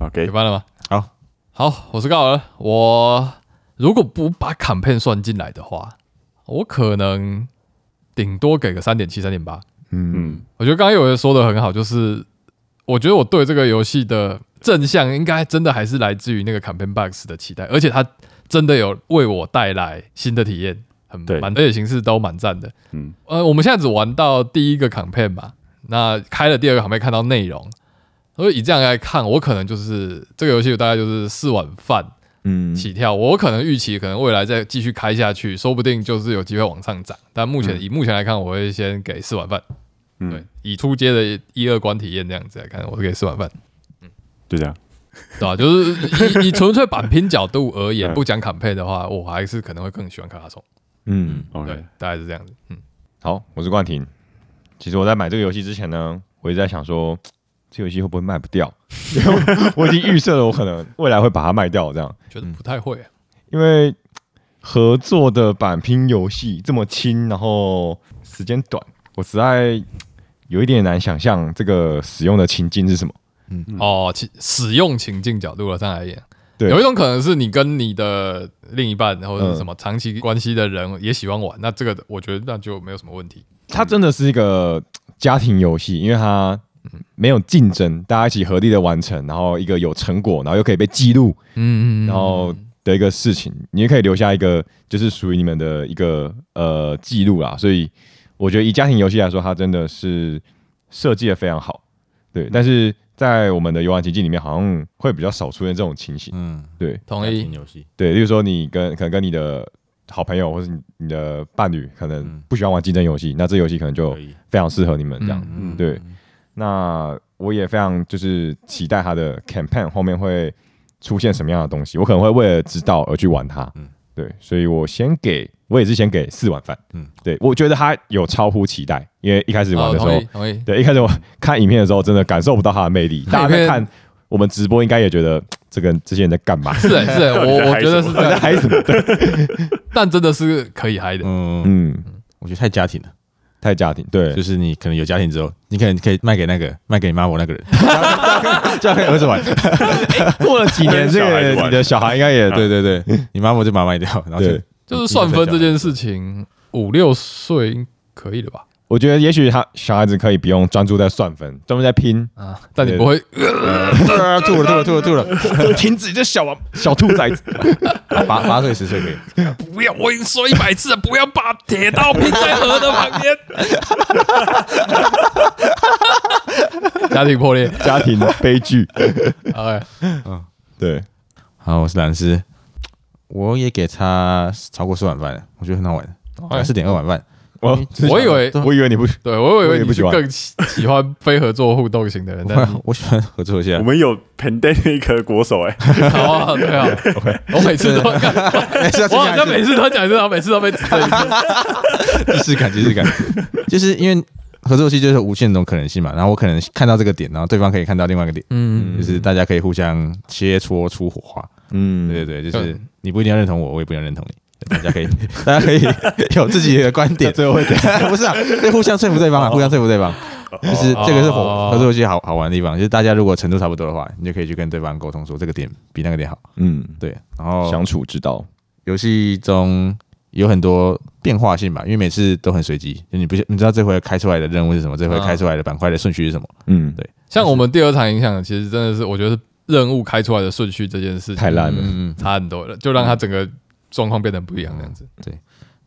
[SPEAKER 1] 有
[SPEAKER 4] OK，
[SPEAKER 1] 办了吗？
[SPEAKER 3] 好，
[SPEAKER 1] 好，我是高尔，我如果不把 campaign 算进来的话，我可能顶多给个三点七、三点八。
[SPEAKER 4] 嗯，
[SPEAKER 1] 我觉得刚刚有人说的很好，就是我觉得我对这个游戏的正向，应该真的还是来自于那个 campaign box 的期待，而且它真的有为我带来新的体验，很
[SPEAKER 4] 对
[SPEAKER 1] 满，而且形式都蛮赞的。
[SPEAKER 4] 嗯，
[SPEAKER 1] 呃，我们现在只玩到第一个 campaign 嘛，那开了第二个 campaign 看到内容，所以以这样来看，我可能就是这个游戏大概就是四碗饭
[SPEAKER 2] 嗯
[SPEAKER 1] 起跳，我可能预期可能未来再继续开下去，说不定就是有机会往上涨，但目前、以目前来看，我会先给四碗饭。
[SPEAKER 4] 嗯
[SPEAKER 1] 对，以初阶的一二关体验这样子来看，我是给四碗饭， *laughs*
[SPEAKER 4] 就这样。
[SPEAKER 1] 对吧、就是以以纯粹版拼角度而言，
[SPEAKER 4] 嗯
[SPEAKER 1] 不讲坎配的话，我还是可能会更喜欢卡卡颂。
[SPEAKER 2] 嗯。
[SPEAKER 1] 对
[SPEAKER 4] OK，，
[SPEAKER 1] 大概是这样子。嗯，
[SPEAKER 2] 好，我是冠廷。其实我在买这个游戏之前呢，我一直在想说，这游戏会不会卖不掉？ *laughs* 因为我我已经预设了，我可能未来会把它卖掉，这样。
[SPEAKER 1] 觉得不太会、啊。
[SPEAKER 2] 因为合作的版拼游戏这么轻，然后时间短，我实在有一点难想象这个使用的情境是什么。
[SPEAKER 1] 哦，其使用情境角度了上来演，
[SPEAKER 2] 对
[SPEAKER 1] 有一种可能是你跟你的另一半或者是什么长期关系的人也喜欢玩，那这个我觉得那就没有什么问题。
[SPEAKER 2] 它真的是一个家庭游戏，因为它没有竞争，大家一起合力的完成，然后一个有成果，然后又可以被记录，
[SPEAKER 1] 嗯
[SPEAKER 2] 然后的一个事情，你也可以留下一个就是属于你们的一个呃记录啦。所以我觉得以家庭游戏来说，它真的是设计的非常好，对。但是在我们的游玩情境里面，好像会比较少出现这种情形，
[SPEAKER 3] 嗯，哎
[SPEAKER 2] 对
[SPEAKER 1] 同
[SPEAKER 3] 家庭
[SPEAKER 1] 意。
[SPEAKER 3] 游戏，
[SPEAKER 2] 对。例如说，你跟可能跟你的好朋友或是你你的伴侣，可能
[SPEAKER 3] 嗯
[SPEAKER 2] 不喜欢玩竞争游戏，那这游戏可能就
[SPEAKER 3] 可以
[SPEAKER 2] 非常适合你们这样。
[SPEAKER 1] 嗯
[SPEAKER 4] 嗯
[SPEAKER 2] 对，那我也非常就是期待它的 campaign 后面会出现什么样的东西，我可能会为了知道而去玩它。嗯
[SPEAKER 3] 嗯，
[SPEAKER 2] 对，所以我先给我也是先给四碗饭。嗯
[SPEAKER 3] 嗯，
[SPEAKER 2] 对，我觉得它有超乎期待，因为一开始玩
[SPEAKER 1] 哦，
[SPEAKER 2] 的时候，
[SPEAKER 1] 同意同意。
[SPEAKER 2] 对，一开始我看影片的时候真的感受不到它的魅力，
[SPEAKER 1] *laughs* 它
[SPEAKER 2] 大家
[SPEAKER 1] 里
[SPEAKER 2] 在
[SPEAKER 1] 面。
[SPEAKER 2] 看我们直播应该也觉得嘖嗯这个这些人在干嘛
[SPEAKER 1] *laughs* 是欸是欸，
[SPEAKER 4] 到底在
[SPEAKER 1] 我我
[SPEAKER 4] 嗨
[SPEAKER 1] 觉得
[SPEAKER 4] 什
[SPEAKER 1] 是
[SPEAKER 4] 么
[SPEAKER 1] 这样，
[SPEAKER 2] 还什么的？
[SPEAKER 1] 但真的是可以嗨的。
[SPEAKER 3] 嗯，
[SPEAKER 2] 嗯，
[SPEAKER 3] 我觉得太家庭了，
[SPEAKER 2] 太家庭对
[SPEAKER 3] 就，是你可能有家庭之后，你可能可以卖给那个卖给你妈我那个人，这样可以儿子玩，
[SPEAKER 2] 过了几
[SPEAKER 3] *laughs*
[SPEAKER 2] 年，这
[SPEAKER 4] 跟小孩子
[SPEAKER 2] 个
[SPEAKER 4] 玩
[SPEAKER 2] 你的小孩应该也
[SPEAKER 3] 对
[SPEAKER 2] 对
[SPEAKER 3] 对对，你妈我就把它卖掉，然后就
[SPEAKER 2] 对
[SPEAKER 1] 就是算分这件事情，五六岁应可以了吧？
[SPEAKER 2] 我觉得也许他小孩子可以不用专注在算分，专注在拼，
[SPEAKER 1] 啊，但你不会
[SPEAKER 3] 呃吐了吐了吐
[SPEAKER 1] *laughs*
[SPEAKER 3] 了吐了，
[SPEAKER 2] *laughs* 停止，这小王小兔崽子！
[SPEAKER 3] 八八岁十岁可以，
[SPEAKER 1] 不要，我已经说一百次了，不要把铁道拼在河的旁边。 *laughs* 家庭破裂
[SPEAKER 2] *laughs* 家庭悲剧。
[SPEAKER 1] ，OK，
[SPEAKER 2] 对，
[SPEAKER 3] 好，我是蓝斯，我也给他超过四碗饭了，我觉得很好玩，四点二碗饭，
[SPEAKER 2] 我
[SPEAKER 1] 哎我以为
[SPEAKER 3] 对啊
[SPEAKER 2] 我以为你不
[SPEAKER 1] 对我以
[SPEAKER 2] 我
[SPEAKER 1] 为
[SPEAKER 2] 也
[SPEAKER 1] 你
[SPEAKER 2] 不
[SPEAKER 1] 是
[SPEAKER 2] 喜欢
[SPEAKER 1] 更喜喜欢非合作互动型的人，但你
[SPEAKER 3] 我喜 *laughs* 欢合作一下
[SPEAKER 4] 我。们有 pandemic 的国手哎、
[SPEAKER 1] 好啊，对啊，我每次都干
[SPEAKER 3] 哎是要
[SPEAKER 1] 我好像
[SPEAKER 3] 这样
[SPEAKER 1] 每次都讲这套，每次都被指正一次。
[SPEAKER 3] 仪式 *laughs* 感，仪式感，就是因为合作游戏就是有无限种可能性嘛。然后我可能看到这个点，然后对方可以看到另外一个点，
[SPEAKER 1] 嗯，
[SPEAKER 3] 就是大家可以互相切磋出火花。
[SPEAKER 2] 嗯
[SPEAKER 3] 对对对，就是你不一定要认同我，我也不一定要认同你。 *laughs* 大家可以，大家可以有自己的观 *laughs* 点，
[SPEAKER 2] 最后会
[SPEAKER 3] 不是啊，就互相说服对方啊，互相说服对方，就是这个是
[SPEAKER 1] 哦
[SPEAKER 3] 合合作游戏好好玩的地方，就是大家如果程度差不多的话，你就可以去跟对方沟通说这个点比那个点好，
[SPEAKER 2] 嗯
[SPEAKER 3] 对，然后
[SPEAKER 2] 相处之道，
[SPEAKER 3] 游戏中有很多变化性吧，因为每次都很随机，就你不你知道这回开出来的任务是什么，这回开出来的板块的顺序是什么，
[SPEAKER 2] 嗯
[SPEAKER 3] 对
[SPEAKER 1] 像我们第二场影响，其实真的是我觉得是任务开出来的顺序这件事情
[SPEAKER 2] 太烂了
[SPEAKER 1] 嗯差很多了，就让他整个状况变得不一样这样子。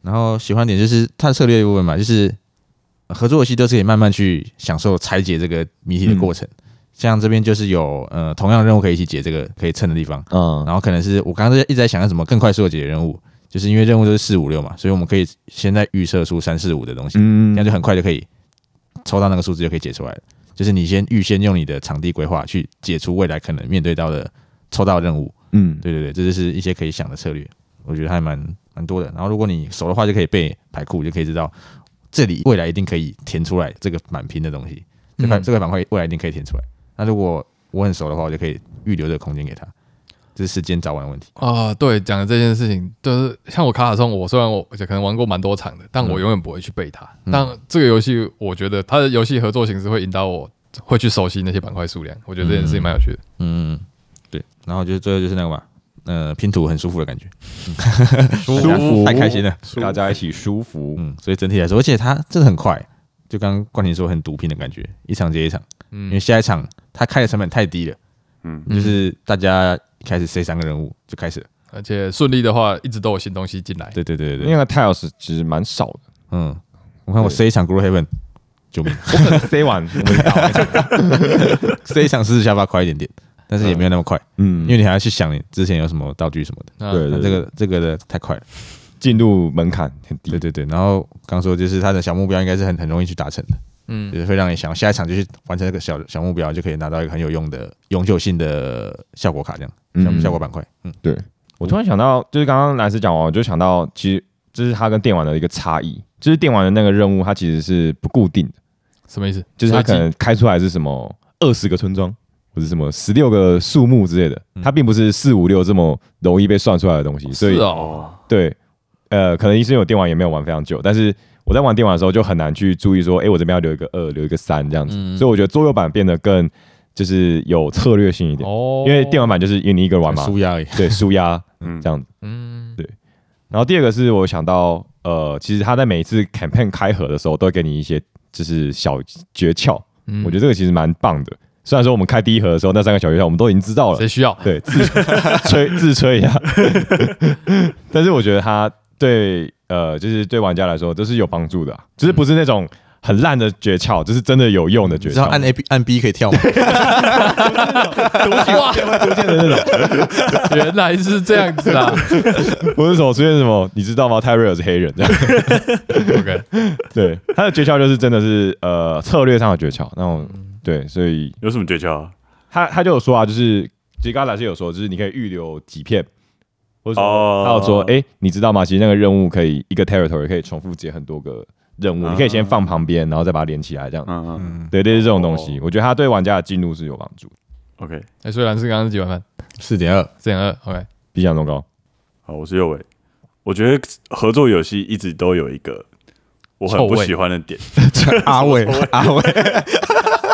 [SPEAKER 3] 然后喜欢点就是它策略的部分嘛，就是合作游戏都是可以慢慢去享受拆解这个谜题的过程，像这边就是有呃同样任务可以一起解这个可以蹭的地方，
[SPEAKER 2] 嗯
[SPEAKER 3] 然后可能是我刚刚一直在想要怎么更快速的解决任务，就是因为任务都是四五六嘛，所以我们可以现在预设出三四五的东西，
[SPEAKER 2] 嗯
[SPEAKER 3] 这样就很快就可以抽到那个数字就可以解出来了。就是你先预先用你的场地规划去解除未来可能面对到的抽到的任务，
[SPEAKER 2] 嗯
[SPEAKER 3] 对对对，这就是一些可以想的策略，我觉得还蛮蛮多的。然后如果你熟的话，就可以背牌库，就可以知道这里未来一定可以填出来这个满屏的东西，这块、
[SPEAKER 1] 嗯
[SPEAKER 3] 这块板块未来一定可以填出来。那如果我很熟的话，我就可以预留这个空间给他，这是时间早晚的问题。
[SPEAKER 1] 啊，对，讲的这件事情，就是像我卡卡颂，我虽然我可能玩过蛮多场的，但我永远不会去背它。但这个游戏，我觉得它的游戏合作形式会引导我会去熟悉那些板块数量，我觉得这件事情蛮有趣的。
[SPEAKER 3] 嗯，对。然后就是最后就是那个嘛，呃，拼图很舒服的感觉，
[SPEAKER 2] 舒
[SPEAKER 3] 大家太开心了。
[SPEAKER 2] 大家一起舒服，
[SPEAKER 3] 嗯，所以整体来说，而且它真的很快，就刚刚冠廷说很毒拼的感觉，一场接一场。因为
[SPEAKER 1] 嗯，
[SPEAKER 3] 下一场它开的成本太低了，
[SPEAKER 4] 嗯
[SPEAKER 3] 就是大家一开始塞三个人物就开始了。
[SPEAKER 1] 而且顺利的话，一直都有新东西进来。
[SPEAKER 3] 对对对对
[SPEAKER 2] 因
[SPEAKER 3] 对，
[SPEAKER 2] 为 tiles 其实蛮少的，
[SPEAKER 3] 嗯，我看我塞一场 g r o w Heaven，救
[SPEAKER 2] *laughs*
[SPEAKER 3] 命，
[SPEAKER 2] 我可能塞完我们就打完
[SPEAKER 3] 塞一场四十下巴快一点点，但是也没有那么快，
[SPEAKER 2] *laughs* 嗯，
[SPEAKER 3] 因为你还要去想你之前有什么道具什么的。
[SPEAKER 1] 那
[SPEAKER 2] 对
[SPEAKER 3] 那这个这个的太快了。
[SPEAKER 2] 进入门槛很低
[SPEAKER 3] 对，对对，然后刚说就是他的小目标应该是很很容易去达成的，
[SPEAKER 1] 嗯
[SPEAKER 3] 就是会让你想下一场就去完成这个小小目标，就可以拿到一个很有用的永久性的效果卡，这样效
[SPEAKER 2] 嗯
[SPEAKER 3] 效果板块。嗯，
[SPEAKER 2] 我突然想到，就是刚刚蓝斯讲完，我就想到，其实这是它跟电玩的一个差异，就是电玩的那个任务，它其实是不固定的，
[SPEAKER 1] 什么意思？
[SPEAKER 2] 就是它
[SPEAKER 1] 随机
[SPEAKER 2] 可能开出来是什么二十个村庄，或者什么十六个树木之类的，它并不是四五六这么容易被算出来的东西，所以
[SPEAKER 1] 是嗯哦，
[SPEAKER 4] 哦，
[SPEAKER 2] 对，呃，可能医生有电玩也没有玩非常久，但是我在玩电玩的时候就很难去注意说，哎、我这边要留一个二，留一个三这样子，
[SPEAKER 1] 嗯
[SPEAKER 2] 所以我觉得桌游版变得更就是有策略性一点，
[SPEAKER 1] 哦，
[SPEAKER 2] 因为电玩版就是因为你一个人玩嘛，
[SPEAKER 3] 输压而已。
[SPEAKER 2] 对，舒压
[SPEAKER 4] 嗯
[SPEAKER 2] 这样子。
[SPEAKER 1] 嗯
[SPEAKER 2] 然后第二个是我想到，呃，其实他在每一次 campaign 开盒的时候，都会给你一些就是小诀窍，
[SPEAKER 1] 嗯
[SPEAKER 2] 我觉得这个其实蛮棒的。虽然说我们开第一盒的时候，那三个小诀窍我们都已经知道了
[SPEAKER 1] 谁，
[SPEAKER 2] *laughs*
[SPEAKER 1] 需要？
[SPEAKER 2] 对，自吹自吹一下， *laughs* 但是我觉得他对呃，就是对玩家来说都是有帮助的啊、就是不是那种很烂的诀窍，就是真的有用的诀
[SPEAKER 3] 你知道
[SPEAKER 2] 窍，
[SPEAKER 3] 按 A B 按 B 可以
[SPEAKER 2] *laughs*
[SPEAKER 3] 跳吗？
[SPEAKER 1] 哇， *laughs* 原来是这样子啊。
[SPEAKER 2] 不是什么出现什么，你知道吗？泰瑞尔是黑人这样。
[SPEAKER 1] OK，
[SPEAKER 2] *laughs* 对，他的诀窍就是真的是呃策略上的诀诀窍，那种对，所以
[SPEAKER 4] 有什么诀窍啊？
[SPEAKER 2] 他他就有说啊，就是其实刚才老师有说，就是你可以预留几片，或者说
[SPEAKER 4] 哦
[SPEAKER 2] 他有说，哎、你知道吗？其实那个任务可以一个 territory 可以重复解很多个任务，
[SPEAKER 4] 啊
[SPEAKER 2] 你可以先放旁边，然后再把它连起来，这样，
[SPEAKER 4] 嗯嗯
[SPEAKER 3] 嗯，
[SPEAKER 2] 对，类似这种东西，我觉得他对玩家的进入是有帮助的，
[SPEAKER 4] ，OK，
[SPEAKER 1] 哎，所以蓝斯刚刚是几碗饭？
[SPEAKER 3] 四
[SPEAKER 2] *laughs*
[SPEAKER 3] 点二，
[SPEAKER 1] 四点二。OK，
[SPEAKER 2] 比想中高，
[SPEAKER 4] 好，我是右伟。我觉得合作游戏一直都有一个我很不
[SPEAKER 1] 臭味
[SPEAKER 4] 喜欢的点，
[SPEAKER 3] 阿
[SPEAKER 2] *laughs*
[SPEAKER 3] 伟阿伟，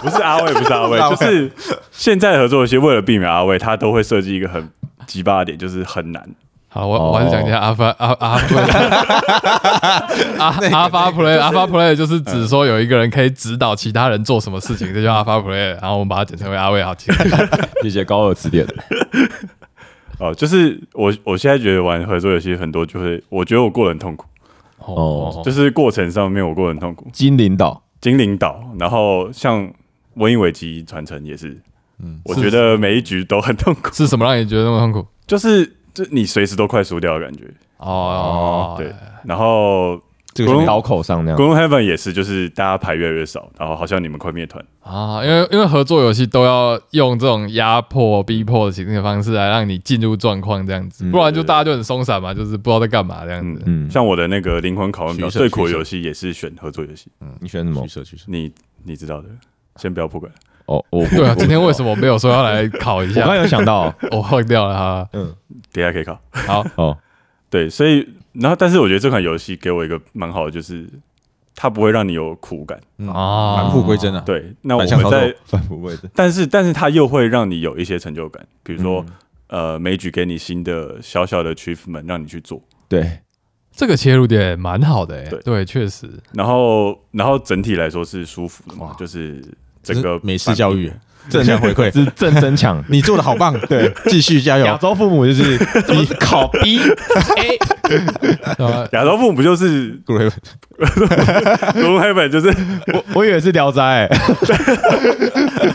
[SPEAKER 4] 不是阿魏，不是阿魏，就是现在的合作游戏为了避免阿魏，他都会设计一个很鸡巴的点，就是很难。
[SPEAKER 1] 好，我我还是讲一下阿
[SPEAKER 2] 哦
[SPEAKER 1] 啊发阿阿
[SPEAKER 2] *laughs*
[SPEAKER 1] 阿阿发 play 阿发啊 play 就是指说有一个人可以指导其他人做什么事情，这叫阿发 play。然后我们把它简称为阿威，好记。
[SPEAKER 2] 谢谢高二词典，
[SPEAKER 4] 哦，就是我我现在觉得玩合作游戏很多，就会我觉得我过得很痛苦，
[SPEAKER 2] *laughs* 哦
[SPEAKER 1] 就
[SPEAKER 4] 就是过程上面我过得很痛苦。
[SPEAKER 2] *laughs* 金领导，
[SPEAKER 4] 精灵岛，然后像瘟疫危机传承也是，嗯，我
[SPEAKER 1] 是
[SPEAKER 4] 觉得每一局都很痛苦，
[SPEAKER 1] 是什么让你觉得那么痛苦？
[SPEAKER 4] 就是就你随时都快输掉的感觉。
[SPEAKER 1] 哦，
[SPEAKER 4] 对，然后
[SPEAKER 2] 这个
[SPEAKER 4] 滚
[SPEAKER 2] 刀口上那样。
[SPEAKER 4] g r o n Heaven 也是，就是大家牌越来越少，然后好像你们快灭团，
[SPEAKER 1] 啊，因为因为合作游戏都要用这种压迫、逼迫的形式方式来让你进入状况，这样子，不然就大家就很松散嘛，就是不知道在干嘛这样子。
[SPEAKER 2] 嗯，
[SPEAKER 4] 像我的那个灵魂拷问表
[SPEAKER 3] 取舍
[SPEAKER 4] 最苦的
[SPEAKER 3] 取舍
[SPEAKER 4] 游戏也是选合作游戏，
[SPEAKER 2] 你选什么 *laughs*
[SPEAKER 3] 取？舍取舍，
[SPEAKER 4] 你你知道的，先不要破梗。
[SPEAKER 2] 哦，我
[SPEAKER 1] 对啊，今天为
[SPEAKER 2] 么？
[SPEAKER 1] 什么没有说要来考一
[SPEAKER 2] *laughs* 我刚
[SPEAKER 1] 下？
[SPEAKER 2] 才有想到，
[SPEAKER 1] 我忘掉了哈。
[SPEAKER 4] 等一下可以考。
[SPEAKER 1] 好，
[SPEAKER 2] 哦，
[SPEAKER 4] 对，所以然后但是我觉得这款游戏给我一个蛮好的，就是它不会让你有苦感。
[SPEAKER 3] 嗯
[SPEAKER 1] 啊
[SPEAKER 3] 返璞归真啊。，
[SPEAKER 4] 对，那我
[SPEAKER 3] 反向
[SPEAKER 4] 们
[SPEAKER 3] 操作
[SPEAKER 4] 在，
[SPEAKER 2] 反不位置。
[SPEAKER 4] 但是但是它又会让你有一些成就感，比如说、呃每一局给你新的小小的 achievement 让你去做，
[SPEAKER 2] 对，
[SPEAKER 1] 这个切入点蛮好的、欸，
[SPEAKER 4] 对
[SPEAKER 1] 对，确实，
[SPEAKER 4] 然后然后整体来说是舒服的嘛
[SPEAKER 3] 哇，
[SPEAKER 4] 就是
[SPEAKER 3] 这
[SPEAKER 4] 整个
[SPEAKER 3] 个美式教
[SPEAKER 4] 育。
[SPEAKER 3] 育正向回馈，
[SPEAKER 2] 是正增强。
[SPEAKER 3] 你做的好棒，对，继续加
[SPEAKER 2] *laughs* 亚
[SPEAKER 3] 油。
[SPEAKER 2] 洲父母就是你考 B A，
[SPEAKER 1] 对 *laughs* 啊
[SPEAKER 4] 亚洲父母不就是
[SPEAKER 2] *laughs*
[SPEAKER 4] 龙黑本，就是
[SPEAKER 2] 我我以为是聊 *laughs* 斋，欸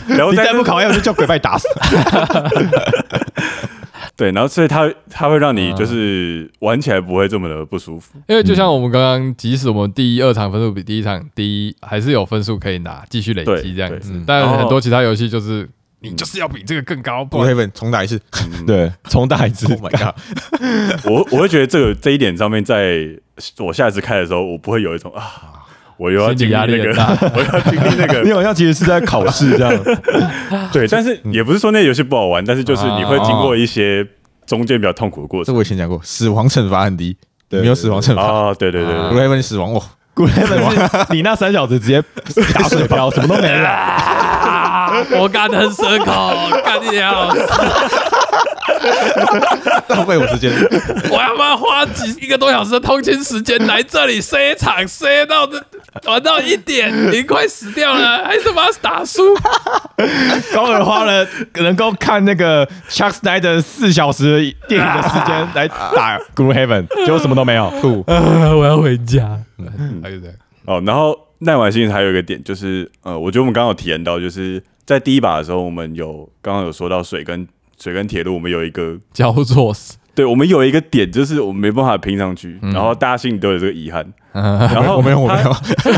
[SPEAKER 4] 然后
[SPEAKER 2] 你
[SPEAKER 4] 在
[SPEAKER 2] 再不考，要不就叫鬼把你 *laughs* 打死。
[SPEAKER 4] 对，然后所以它它会让你就是玩起来不会这么的不舒服。
[SPEAKER 1] 因为就像我们刚刚，即使我们第一、二场分数比第一场低，还是有分数可以拿，继续累
[SPEAKER 4] 对
[SPEAKER 1] 积这样子
[SPEAKER 3] 对。
[SPEAKER 1] 但
[SPEAKER 4] 然后
[SPEAKER 1] 很多其他游戏就是你就是要比这个更高，不
[SPEAKER 3] 不
[SPEAKER 1] 然
[SPEAKER 3] 黑粉重打一次 *laughs*
[SPEAKER 4] 嗯
[SPEAKER 2] 对，重打一次。
[SPEAKER 3] ，Oh my god！
[SPEAKER 4] 我我会觉得这个这一点上面，在我下一次开的时候，我不会有一种啊，我又要经历那
[SPEAKER 1] 心理压
[SPEAKER 4] 个
[SPEAKER 1] 力很大，
[SPEAKER 4] *laughs* 我又要经历那
[SPEAKER 2] 你
[SPEAKER 3] *laughs*
[SPEAKER 4] 个，
[SPEAKER 2] 好像其实是在考试这样。
[SPEAKER 4] 对。但是也不是说那游戏不好玩，但是就是你会经过一些中间比较痛苦的过
[SPEAKER 3] 这
[SPEAKER 4] 程
[SPEAKER 3] 我以前讲过，死亡惩罚很低，
[SPEAKER 2] 对
[SPEAKER 3] 没有死亡惩罚，
[SPEAKER 4] 啊，对对对
[SPEAKER 3] 不
[SPEAKER 4] 对，
[SPEAKER 3] 黑粉死亡哦，
[SPEAKER 2] 古人是你那三小时直接打水漂，什么都没 *laughs* 了。
[SPEAKER 1] *laughs* 啊，我干很蛇口， *laughs* 干你娘老师！
[SPEAKER 3] 浪费我时
[SPEAKER 2] *laughs*
[SPEAKER 3] 间。
[SPEAKER 1] 我要不要花几一个多小时的通勤时间来这里塞场，塞到这玩到一点，您快死掉了，还他妈打输？
[SPEAKER 2] 高尔花了能够看那个 Chuck Snyder 四小时电影的时间来 *laughs* 打 Good Heaven，结果什么都没有。 *laughs* 嗯吐。
[SPEAKER 1] 呃，我要回家。还有这样，
[SPEAKER 4] 哦，然后耐玩性还有一个点就是，呃，我觉得我们刚刚有体验到，就是在第一把的时候，我们有刚刚有说到水跟水跟铁路，我们有一个
[SPEAKER 1] 交错死。
[SPEAKER 4] 对，我们有一个点就是我们没办法拼上去，然后大家心里都有这个遗憾。然后
[SPEAKER 3] 我没有，我没有
[SPEAKER 4] 他，，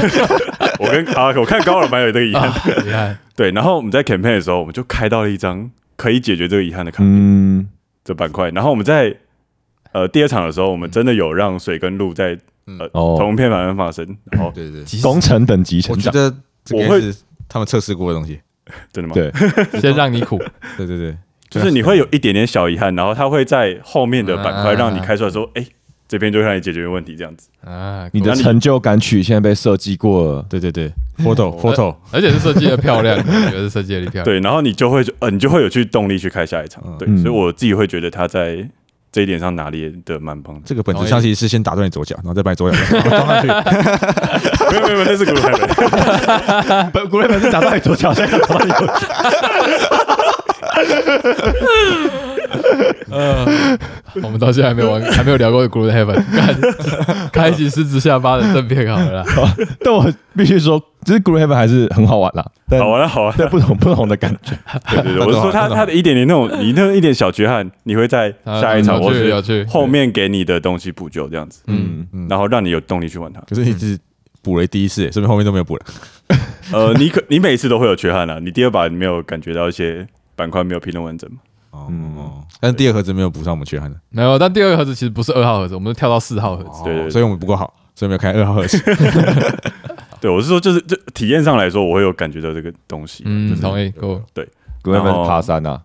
[SPEAKER 4] 我跟啊，我看高老板有这个遗憾
[SPEAKER 1] 啊。厉害！
[SPEAKER 4] 对，然后我们在 campaign 的时候，我们就开到了一张可以解决这个遗憾的卡、
[SPEAKER 2] 嗯，
[SPEAKER 4] 这板块。然后我们在呃第二场的时候，我们真的有让水跟路在呃、
[SPEAKER 2] 哦
[SPEAKER 4] 同片板上发生。然后
[SPEAKER 3] *laughs* 对对，对
[SPEAKER 1] 即使
[SPEAKER 2] 工程等级成
[SPEAKER 3] 我觉
[SPEAKER 2] 长。
[SPEAKER 3] 得这
[SPEAKER 4] 我会
[SPEAKER 3] 个是他们测试过的东西。
[SPEAKER 4] 真的吗？，
[SPEAKER 2] 对，
[SPEAKER 1] 先让你苦，
[SPEAKER 3] 对对对，
[SPEAKER 4] 就是
[SPEAKER 3] *laughs*
[SPEAKER 4] 你会有一点点小遗憾，然后它会在后面的板块
[SPEAKER 1] 啊
[SPEAKER 4] 让你开出来说，哎、这边就会让你解决问题这样子。
[SPEAKER 1] 啊，
[SPEAKER 2] 你的成就感曲现在被设计过了。
[SPEAKER 3] 对
[SPEAKER 2] *laughs*
[SPEAKER 3] 对对，photo
[SPEAKER 1] 而
[SPEAKER 3] photo，
[SPEAKER 1] 而且是设计的漂亮，我觉得是设计的漂亮。，
[SPEAKER 4] 对，然后你就会呃你就会有去动力去开下一场。对，
[SPEAKER 2] 嗯
[SPEAKER 4] 所以我自己会觉得他在这一点上拿捏的蛮棒 *laughs* 的。
[SPEAKER 3] 这个本质上其实是先打断你
[SPEAKER 2] 哦
[SPEAKER 3] 左脚，然后再把
[SPEAKER 2] *laughs*
[SPEAKER 3] 你左脚装上去。
[SPEAKER 4] 没有没有，没有那是 g r o u
[SPEAKER 2] 本古瑞本是打到你左 *laughs* 脚，现在打到你右脚。
[SPEAKER 1] 我们到现在还没有
[SPEAKER 4] *laughs*
[SPEAKER 1] 玩，还没有聊过《Good Heaven》，干开启狮子下巴的正片好了啦。
[SPEAKER 2] 但我必须说，就是 Good Heaven 还是很好玩啦，但
[SPEAKER 4] *laughs* 好玩啊
[SPEAKER 2] *laughs*
[SPEAKER 4] 了，好玩了。
[SPEAKER 2] 但不同不同的感觉。
[SPEAKER 4] 对对对，我是说他
[SPEAKER 3] 那种
[SPEAKER 4] 他的一点点那种，你那一点小缺憾，你会在下一场
[SPEAKER 1] 啊有
[SPEAKER 4] 或
[SPEAKER 1] 趣有
[SPEAKER 4] 是
[SPEAKER 1] 趣
[SPEAKER 4] 后面给你的东西补救这样子，
[SPEAKER 2] 嗯，
[SPEAKER 4] 然后让你有动力去玩它。
[SPEAKER 3] 可是你只补了第一次，顺便后面都没有补了。
[SPEAKER 4] 呃，你可你每次都会有缺憾啊，你第二把你没有感觉到一些板块没有拼得完整嘛？
[SPEAKER 3] 哦，但是第二盒子没有补上我们缺憾的，
[SPEAKER 1] 没有，但第二个盒子其实不是二号盒子，我们是跳到四号盒
[SPEAKER 2] 哦
[SPEAKER 1] 子。
[SPEAKER 4] 对对对
[SPEAKER 3] 哦所以我们不够好，所以没有开二号盒 *laughs* 子。
[SPEAKER 4] 对，我是说就是这体验上来说，我会有感觉到这个东西。
[SPEAKER 1] 嗯，同意，够。
[SPEAKER 2] Good
[SPEAKER 4] 然
[SPEAKER 2] Heaven
[SPEAKER 4] 后
[SPEAKER 2] 是爬山啊，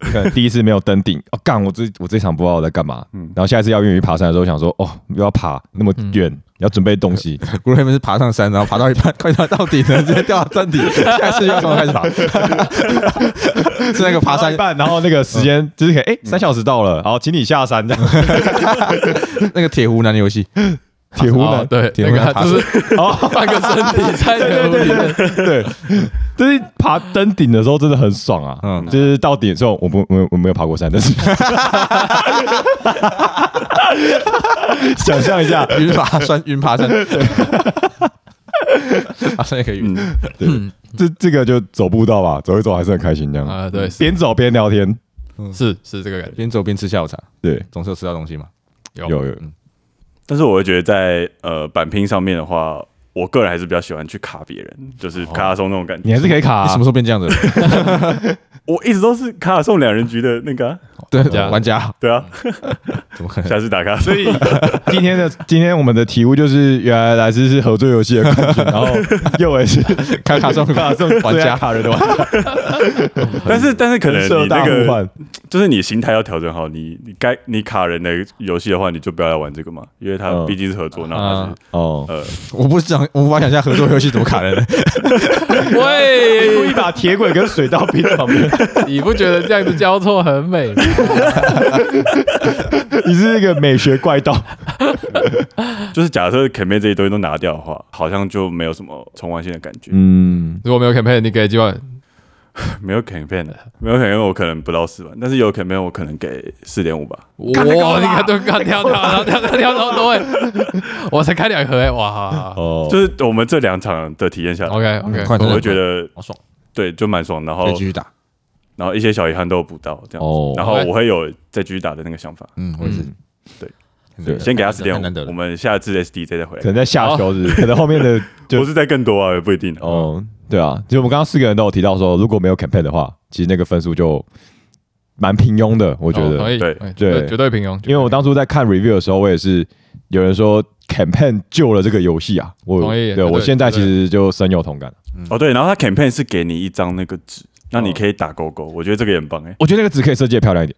[SPEAKER 2] 你可能第一次没有登顶，哦，干，我这我这场不知道我在干嘛。
[SPEAKER 4] 嗯
[SPEAKER 2] 然后下一次要愿意爬山的时候，想说，哦，又要爬那么远，要准备东
[SPEAKER 4] *laughs*
[SPEAKER 2] 西。
[SPEAKER 3] 古瑞们是爬上山，然后爬到一半， *laughs* 快到到顶了，直接掉到山顶，下次又要从头开始爬。 *laughs* 是那个爬山
[SPEAKER 2] 一半，然后那个时
[SPEAKER 4] 嗯
[SPEAKER 2] 间就是可以，哎，三小时到了，好，请你下山这 *laughs* 样。
[SPEAKER 3] 那个铁壶男游戏，
[SPEAKER 2] 铁壶
[SPEAKER 1] 哦
[SPEAKER 2] 呢？
[SPEAKER 1] 对，
[SPEAKER 3] 铁
[SPEAKER 1] 那
[SPEAKER 3] 壶
[SPEAKER 1] 个
[SPEAKER 3] 男爬
[SPEAKER 1] 他就是半个身体在铁壶里面。
[SPEAKER 2] 哦
[SPEAKER 4] *laughs*
[SPEAKER 2] 对，
[SPEAKER 4] 嗯
[SPEAKER 2] 就是爬登顶的时候真的很爽啊。嗯
[SPEAKER 3] 嗯，
[SPEAKER 2] 就是到顶之后，我不，我我没有爬过山，但是 *laughs* 想象一下，
[SPEAKER 3] 云爬山，云爬山，爬山也可以
[SPEAKER 4] 嗯
[SPEAKER 3] 云。
[SPEAKER 2] 这这个就走步道吧，走一走还是很开心这样
[SPEAKER 1] 啊对是
[SPEAKER 2] 边走边聊天，
[SPEAKER 1] 是是这个感觉。
[SPEAKER 3] 边走边吃下午茶，
[SPEAKER 2] 对，
[SPEAKER 3] 总是有吃到东西嘛。
[SPEAKER 1] 有
[SPEAKER 2] 有有，
[SPEAKER 4] 但是我会觉得在呃板拼上面的话，我个人还是比较喜欢去卡别人，就是卡拉松那种感
[SPEAKER 2] 哦你
[SPEAKER 4] 觉。
[SPEAKER 2] 还是可以卡、啊
[SPEAKER 3] 你什么时候
[SPEAKER 2] *laughs*
[SPEAKER 3] 变这样子？
[SPEAKER 4] 我一直都是卡拉松两人局的那个啊、
[SPEAKER 3] 对
[SPEAKER 1] 家，
[SPEAKER 3] 哦玩家
[SPEAKER 4] 对啊，
[SPEAKER 3] 怎
[SPEAKER 2] 嗯
[SPEAKER 3] 么可能？
[SPEAKER 4] 下次打卡。所以
[SPEAKER 2] 今天的 *laughs* 今天我们的题目就是原来来自是合作游戏的冠军，然后右为是
[SPEAKER 3] 卡卡送
[SPEAKER 2] *laughs* 卡送
[SPEAKER 3] 玩家
[SPEAKER 2] 卡人的玩家，
[SPEAKER 4] 但是但是可能
[SPEAKER 2] 社
[SPEAKER 4] 你
[SPEAKER 2] 大
[SPEAKER 4] 那
[SPEAKER 2] 互
[SPEAKER 4] 个
[SPEAKER 2] 换，
[SPEAKER 4] 就是你心态要调整好，你你该你卡人的游戏的话，你就不要来玩这个嘛，因为它
[SPEAKER 2] 嗯
[SPEAKER 4] 毕竟是合作，然
[SPEAKER 3] 啊
[SPEAKER 4] 后
[SPEAKER 2] 哦，
[SPEAKER 4] 它是
[SPEAKER 3] 我不想，我无法想象合作游戏怎么卡人。
[SPEAKER 2] 故
[SPEAKER 1] 喂， *laughs*
[SPEAKER 2] 意把铁轨跟水道拼在旁边，
[SPEAKER 1] 你不觉得这样子交错很美吗？
[SPEAKER 2] *laughs* 你是一个美学怪盗，
[SPEAKER 4] 呃，就是假设前面这些东西都拿掉的话，好像就没有什么重玩性的感觉。
[SPEAKER 2] 嗯，
[SPEAKER 1] 如果没有 campaign，你给几万？
[SPEAKER 4] 没有 campaign 的，没有 campaign 我可能不到四万，但是有 campaign 我可能给四点五吧。
[SPEAKER 1] 哇，你看都干跳跳，然后跳跳跳超多哎，我才开两盒哎，哇好好好
[SPEAKER 2] 哦，
[SPEAKER 4] 就是我们这两场的体验下来，
[SPEAKER 3] 哦
[SPEAKER 1] ，OK OK，
[SPEAKER 3] 快
[SPEAKER 4] 我
[SPEAKER 3] 真
[SPEAKER 4] 会
[SPEAKER 3] 的
[SPEAKER 4] 觉得
[SPEAKER 3] 好爽，
[SPEAKER 4] 对，就蛮爽。然后
[SPEAKER 3] 再继续打。
[SPEAKER 4] 然后一些小遗憾都有补到这样子，
[SPEAKER 2] 哦
[SPEAKER 4] 然后我会有再继续打的那个想法。
[SPEAKER 3] 嗯，我也是
[SPEAKER 1] 嗯。
[SPEAKER 4] 对
[SPEAKER 3] 很难
[SPEAKER 2] 对
[SPEAKER 3] 得，
[SPEAKER 4] 先给他四点
[SPEAKER 3] 很难得
[SPEAKER 4] 五，我
[SPEAKER 3] 了。
[SPEAKER 4] 们下次 SDJ 再回
[SPEAKER 2] 可能
[SPEAKER 4] 来，
[SPEAKER 2] 在下球日，可能后面的就
[SPEAKER 4] 不是再更多啊，也不一定。哦，
[SPEAKER 2] 哦，对啊，就我们刚刚四个人都有提到说，如果没有 campaign 的话，其实那个分数就蛮平庸的，我
[SPEAKER 1] 我
[SPEAKER 2] 觉得。
[SPEAKER 1] 可以，
[SPEAKER 4] 对
[SPEAKER 1] 哎
[SPEAKER 2] 对
[SPEAKER 1] 绝绝对平庸，
[SPEAKER 2] 因为我当初在看 review 的时候，我也是有人说 campaign 救了这个游戏啊，我
[SPEAKER 1] 同意
[SPEAKER 2] 对
[SPEAKER 1] 对
[SPEAKER 2] 我现在
[SPEAKER 1] 对
[SPEAKER 2] 其实就深有同感。
[SPEAKER 4] 哦对，然后他 campaign 是给你一张那个纸，那你可以打勾勾，我觉得这个也很棒
[SPEAKER 2] *laughs*
[SPEAKER 4] 哎。
[SPEAKER 2] 我觉得那个纸可以设计的漂亮一点。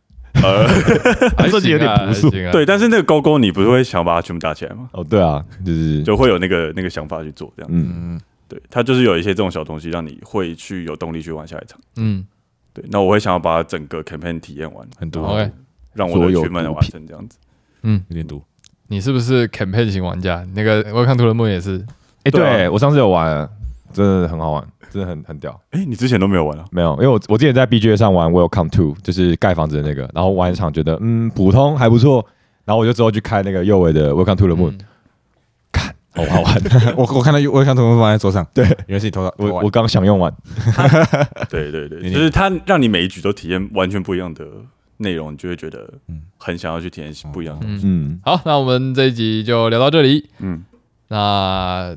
[SPEAKER 1] 还
[SPEAKER 2] 自己有点
[SPEAKER 1] 行啊
[SPEAKER 2] 朴素
[SPEAKER 1] 还行啊
[SPEAKER 4] *laughs* 对，但是那个勾勾你不是会想把它全部打起来吗？
[SPEAKER 2] 哦，对啊，就是
[SPEAKER 4] 就会有那个那个想法去做这样。
[SPEAKER 2] 嗯，
[SPEAKER 3] 嗯，
[SPEAKER 4] 对，它就是有一些这种小东西，让你会去有动力去玩下一场。
[SPEAKER 1] 嗯，
[SPEAKER 4] 对，那我会想要把整个 campaign 体验完，
[SPEAKER 3] 很
[SPEAKER 4] 多
[SPEAKER 3] 毒
[SPEAKER 1] 好 OK，
[SPEAKER 4] 让我
[SPEAKER 2] 所
[SPEAKER 4] 的
[SPEAKER 2] 有
[SPEAKER 4] 群们
[SPEAKER 2] 毒
[SPEAKER 4] 完
[SPEAKER 2] 品
[SPEAKER 4] 成这样子。
[SPEAKER 3] 有点毒。
[SPEAKER 1] 你是不是 campaign 型玩家？那个我看图的梦也是，
[SPEAKER 2] 哎，
[SPEAKER 4] 对啊
[SPEAKER 2] 对我上次有玩，真的很好玩，真的很很屌。
[SPEAKER 4] 哎、你之前都没有
[SPEAKER 2] *laughs*
[SPEAKER 4] 玩啊？
[SPEAKER 2] 没有，因为我我之前在 BGA 上玩 Welcome to，就是盖房子的那个，然后玩一场觉得嗯普通还不错，然后我就之后去开那个右尾的 Welcome to the
[SPEAKER 1] 嗯
[SPEAKER 2] Moon，好好玩，
[SPEAKER 3] *laughs*
[SPEAKER 1] *laughs*
[SPEAKER 3] 我我看到我看同学放在桌上，对，原来是你偷
[SPEAKER 2] 我
[SPEAKER 3] 我
[SPEAKER 2] 我
[SPEAKER 3] 我
[SPEAKER 2] 刚想用完，
[SPEAKER 4] 对对对，
[SPEAKER 3] 你
[SPEAKER 4] *laughs* 就是它让你每一局都体验完全不一样的内容，你就会觉得
[SPEAKER 3] 嗯
[SPEAKER 4] 很想要去体验不一样的。
[SPEAKER 1] 嗯，
[SPEAKER 2] 嗯，
[SPEAKER 1] 好，那我们这一集就聊到这里。
[SPEAKER 4] 嗯，
[SPEAKER 1] 那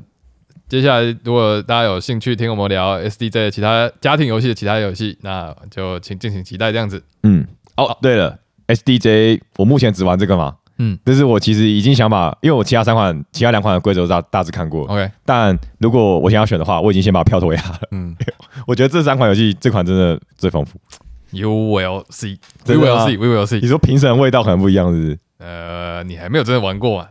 [SPEAKER 1] 接下来如果大家有兴趣听我们聊 SDJ 的其他家庭游戏的其他游戏，那就请敬请期待这样子。
[SPEAKER 2] 嗯，哦，对了，SDJ，我目前只玩这个嘛，
[SPEAKER 1] 嗯
[SPEAKER 2] 嗯，但是我其实已经想把，因为我其他三款、其他两款的规则都大大致看过，
[SPEAKER 1] OK，
[SPEAKER 2] 但如果我想要选的话，我已经先把票投给他了。
[SPEAKER 3] 嗯，
[SPEAKER 2] *laughs* 我觉得这三款游戏，这款真的最丰富。
[SPEAKER 1] You will see. We
[SPEAKER 2] 真的
[SPEAKER 1] will
[SPEAKER 2] 吗
[SPEAKER 1] see. We will see.
[SPEAKER 2] 你说评审的味道可能不一样，是不是？
[SPEAKER 1] 呃，你还没有真的玩过啊？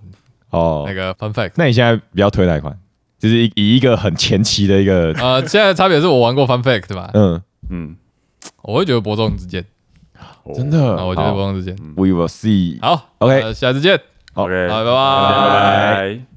[SPEAKER 2] 哦，
[SPEAKER 1] 那个 fun fact。
[SPEAKER 2] 那你现在比较推哪一款？就是以以一个很前期的一个，
[SPEAKER 1] *laughs* 呃，现在的差别是我玩过 fun fact 吧，
[SPEAKER 2] 嗯，
[SPEAKER 4] 嗯，
[SPEAKER 1] 我会觉得伯仲之间
[SPEAKER 4] 哦
[SPEAKER 2] 真的，
[SPEAKER 1] 啊，我觉得伯
[SPEAKER 2] 嗯好
[SPEAKER 1] 仲之间。
[SPEAKER 2] We will see。
[SPEAKER 1] 好
[SPEAKER 2] OK
[SPEAKER 1] 哎呃下次见，
[SPEAKER 2] 好
[SPEAKER 4] 嗯，OK，
[SPEAKER 1] 好，拜
[SPEAKER 4] 拜
[SPEAKER 1] 拜。
[SPEAKER 4] 拜。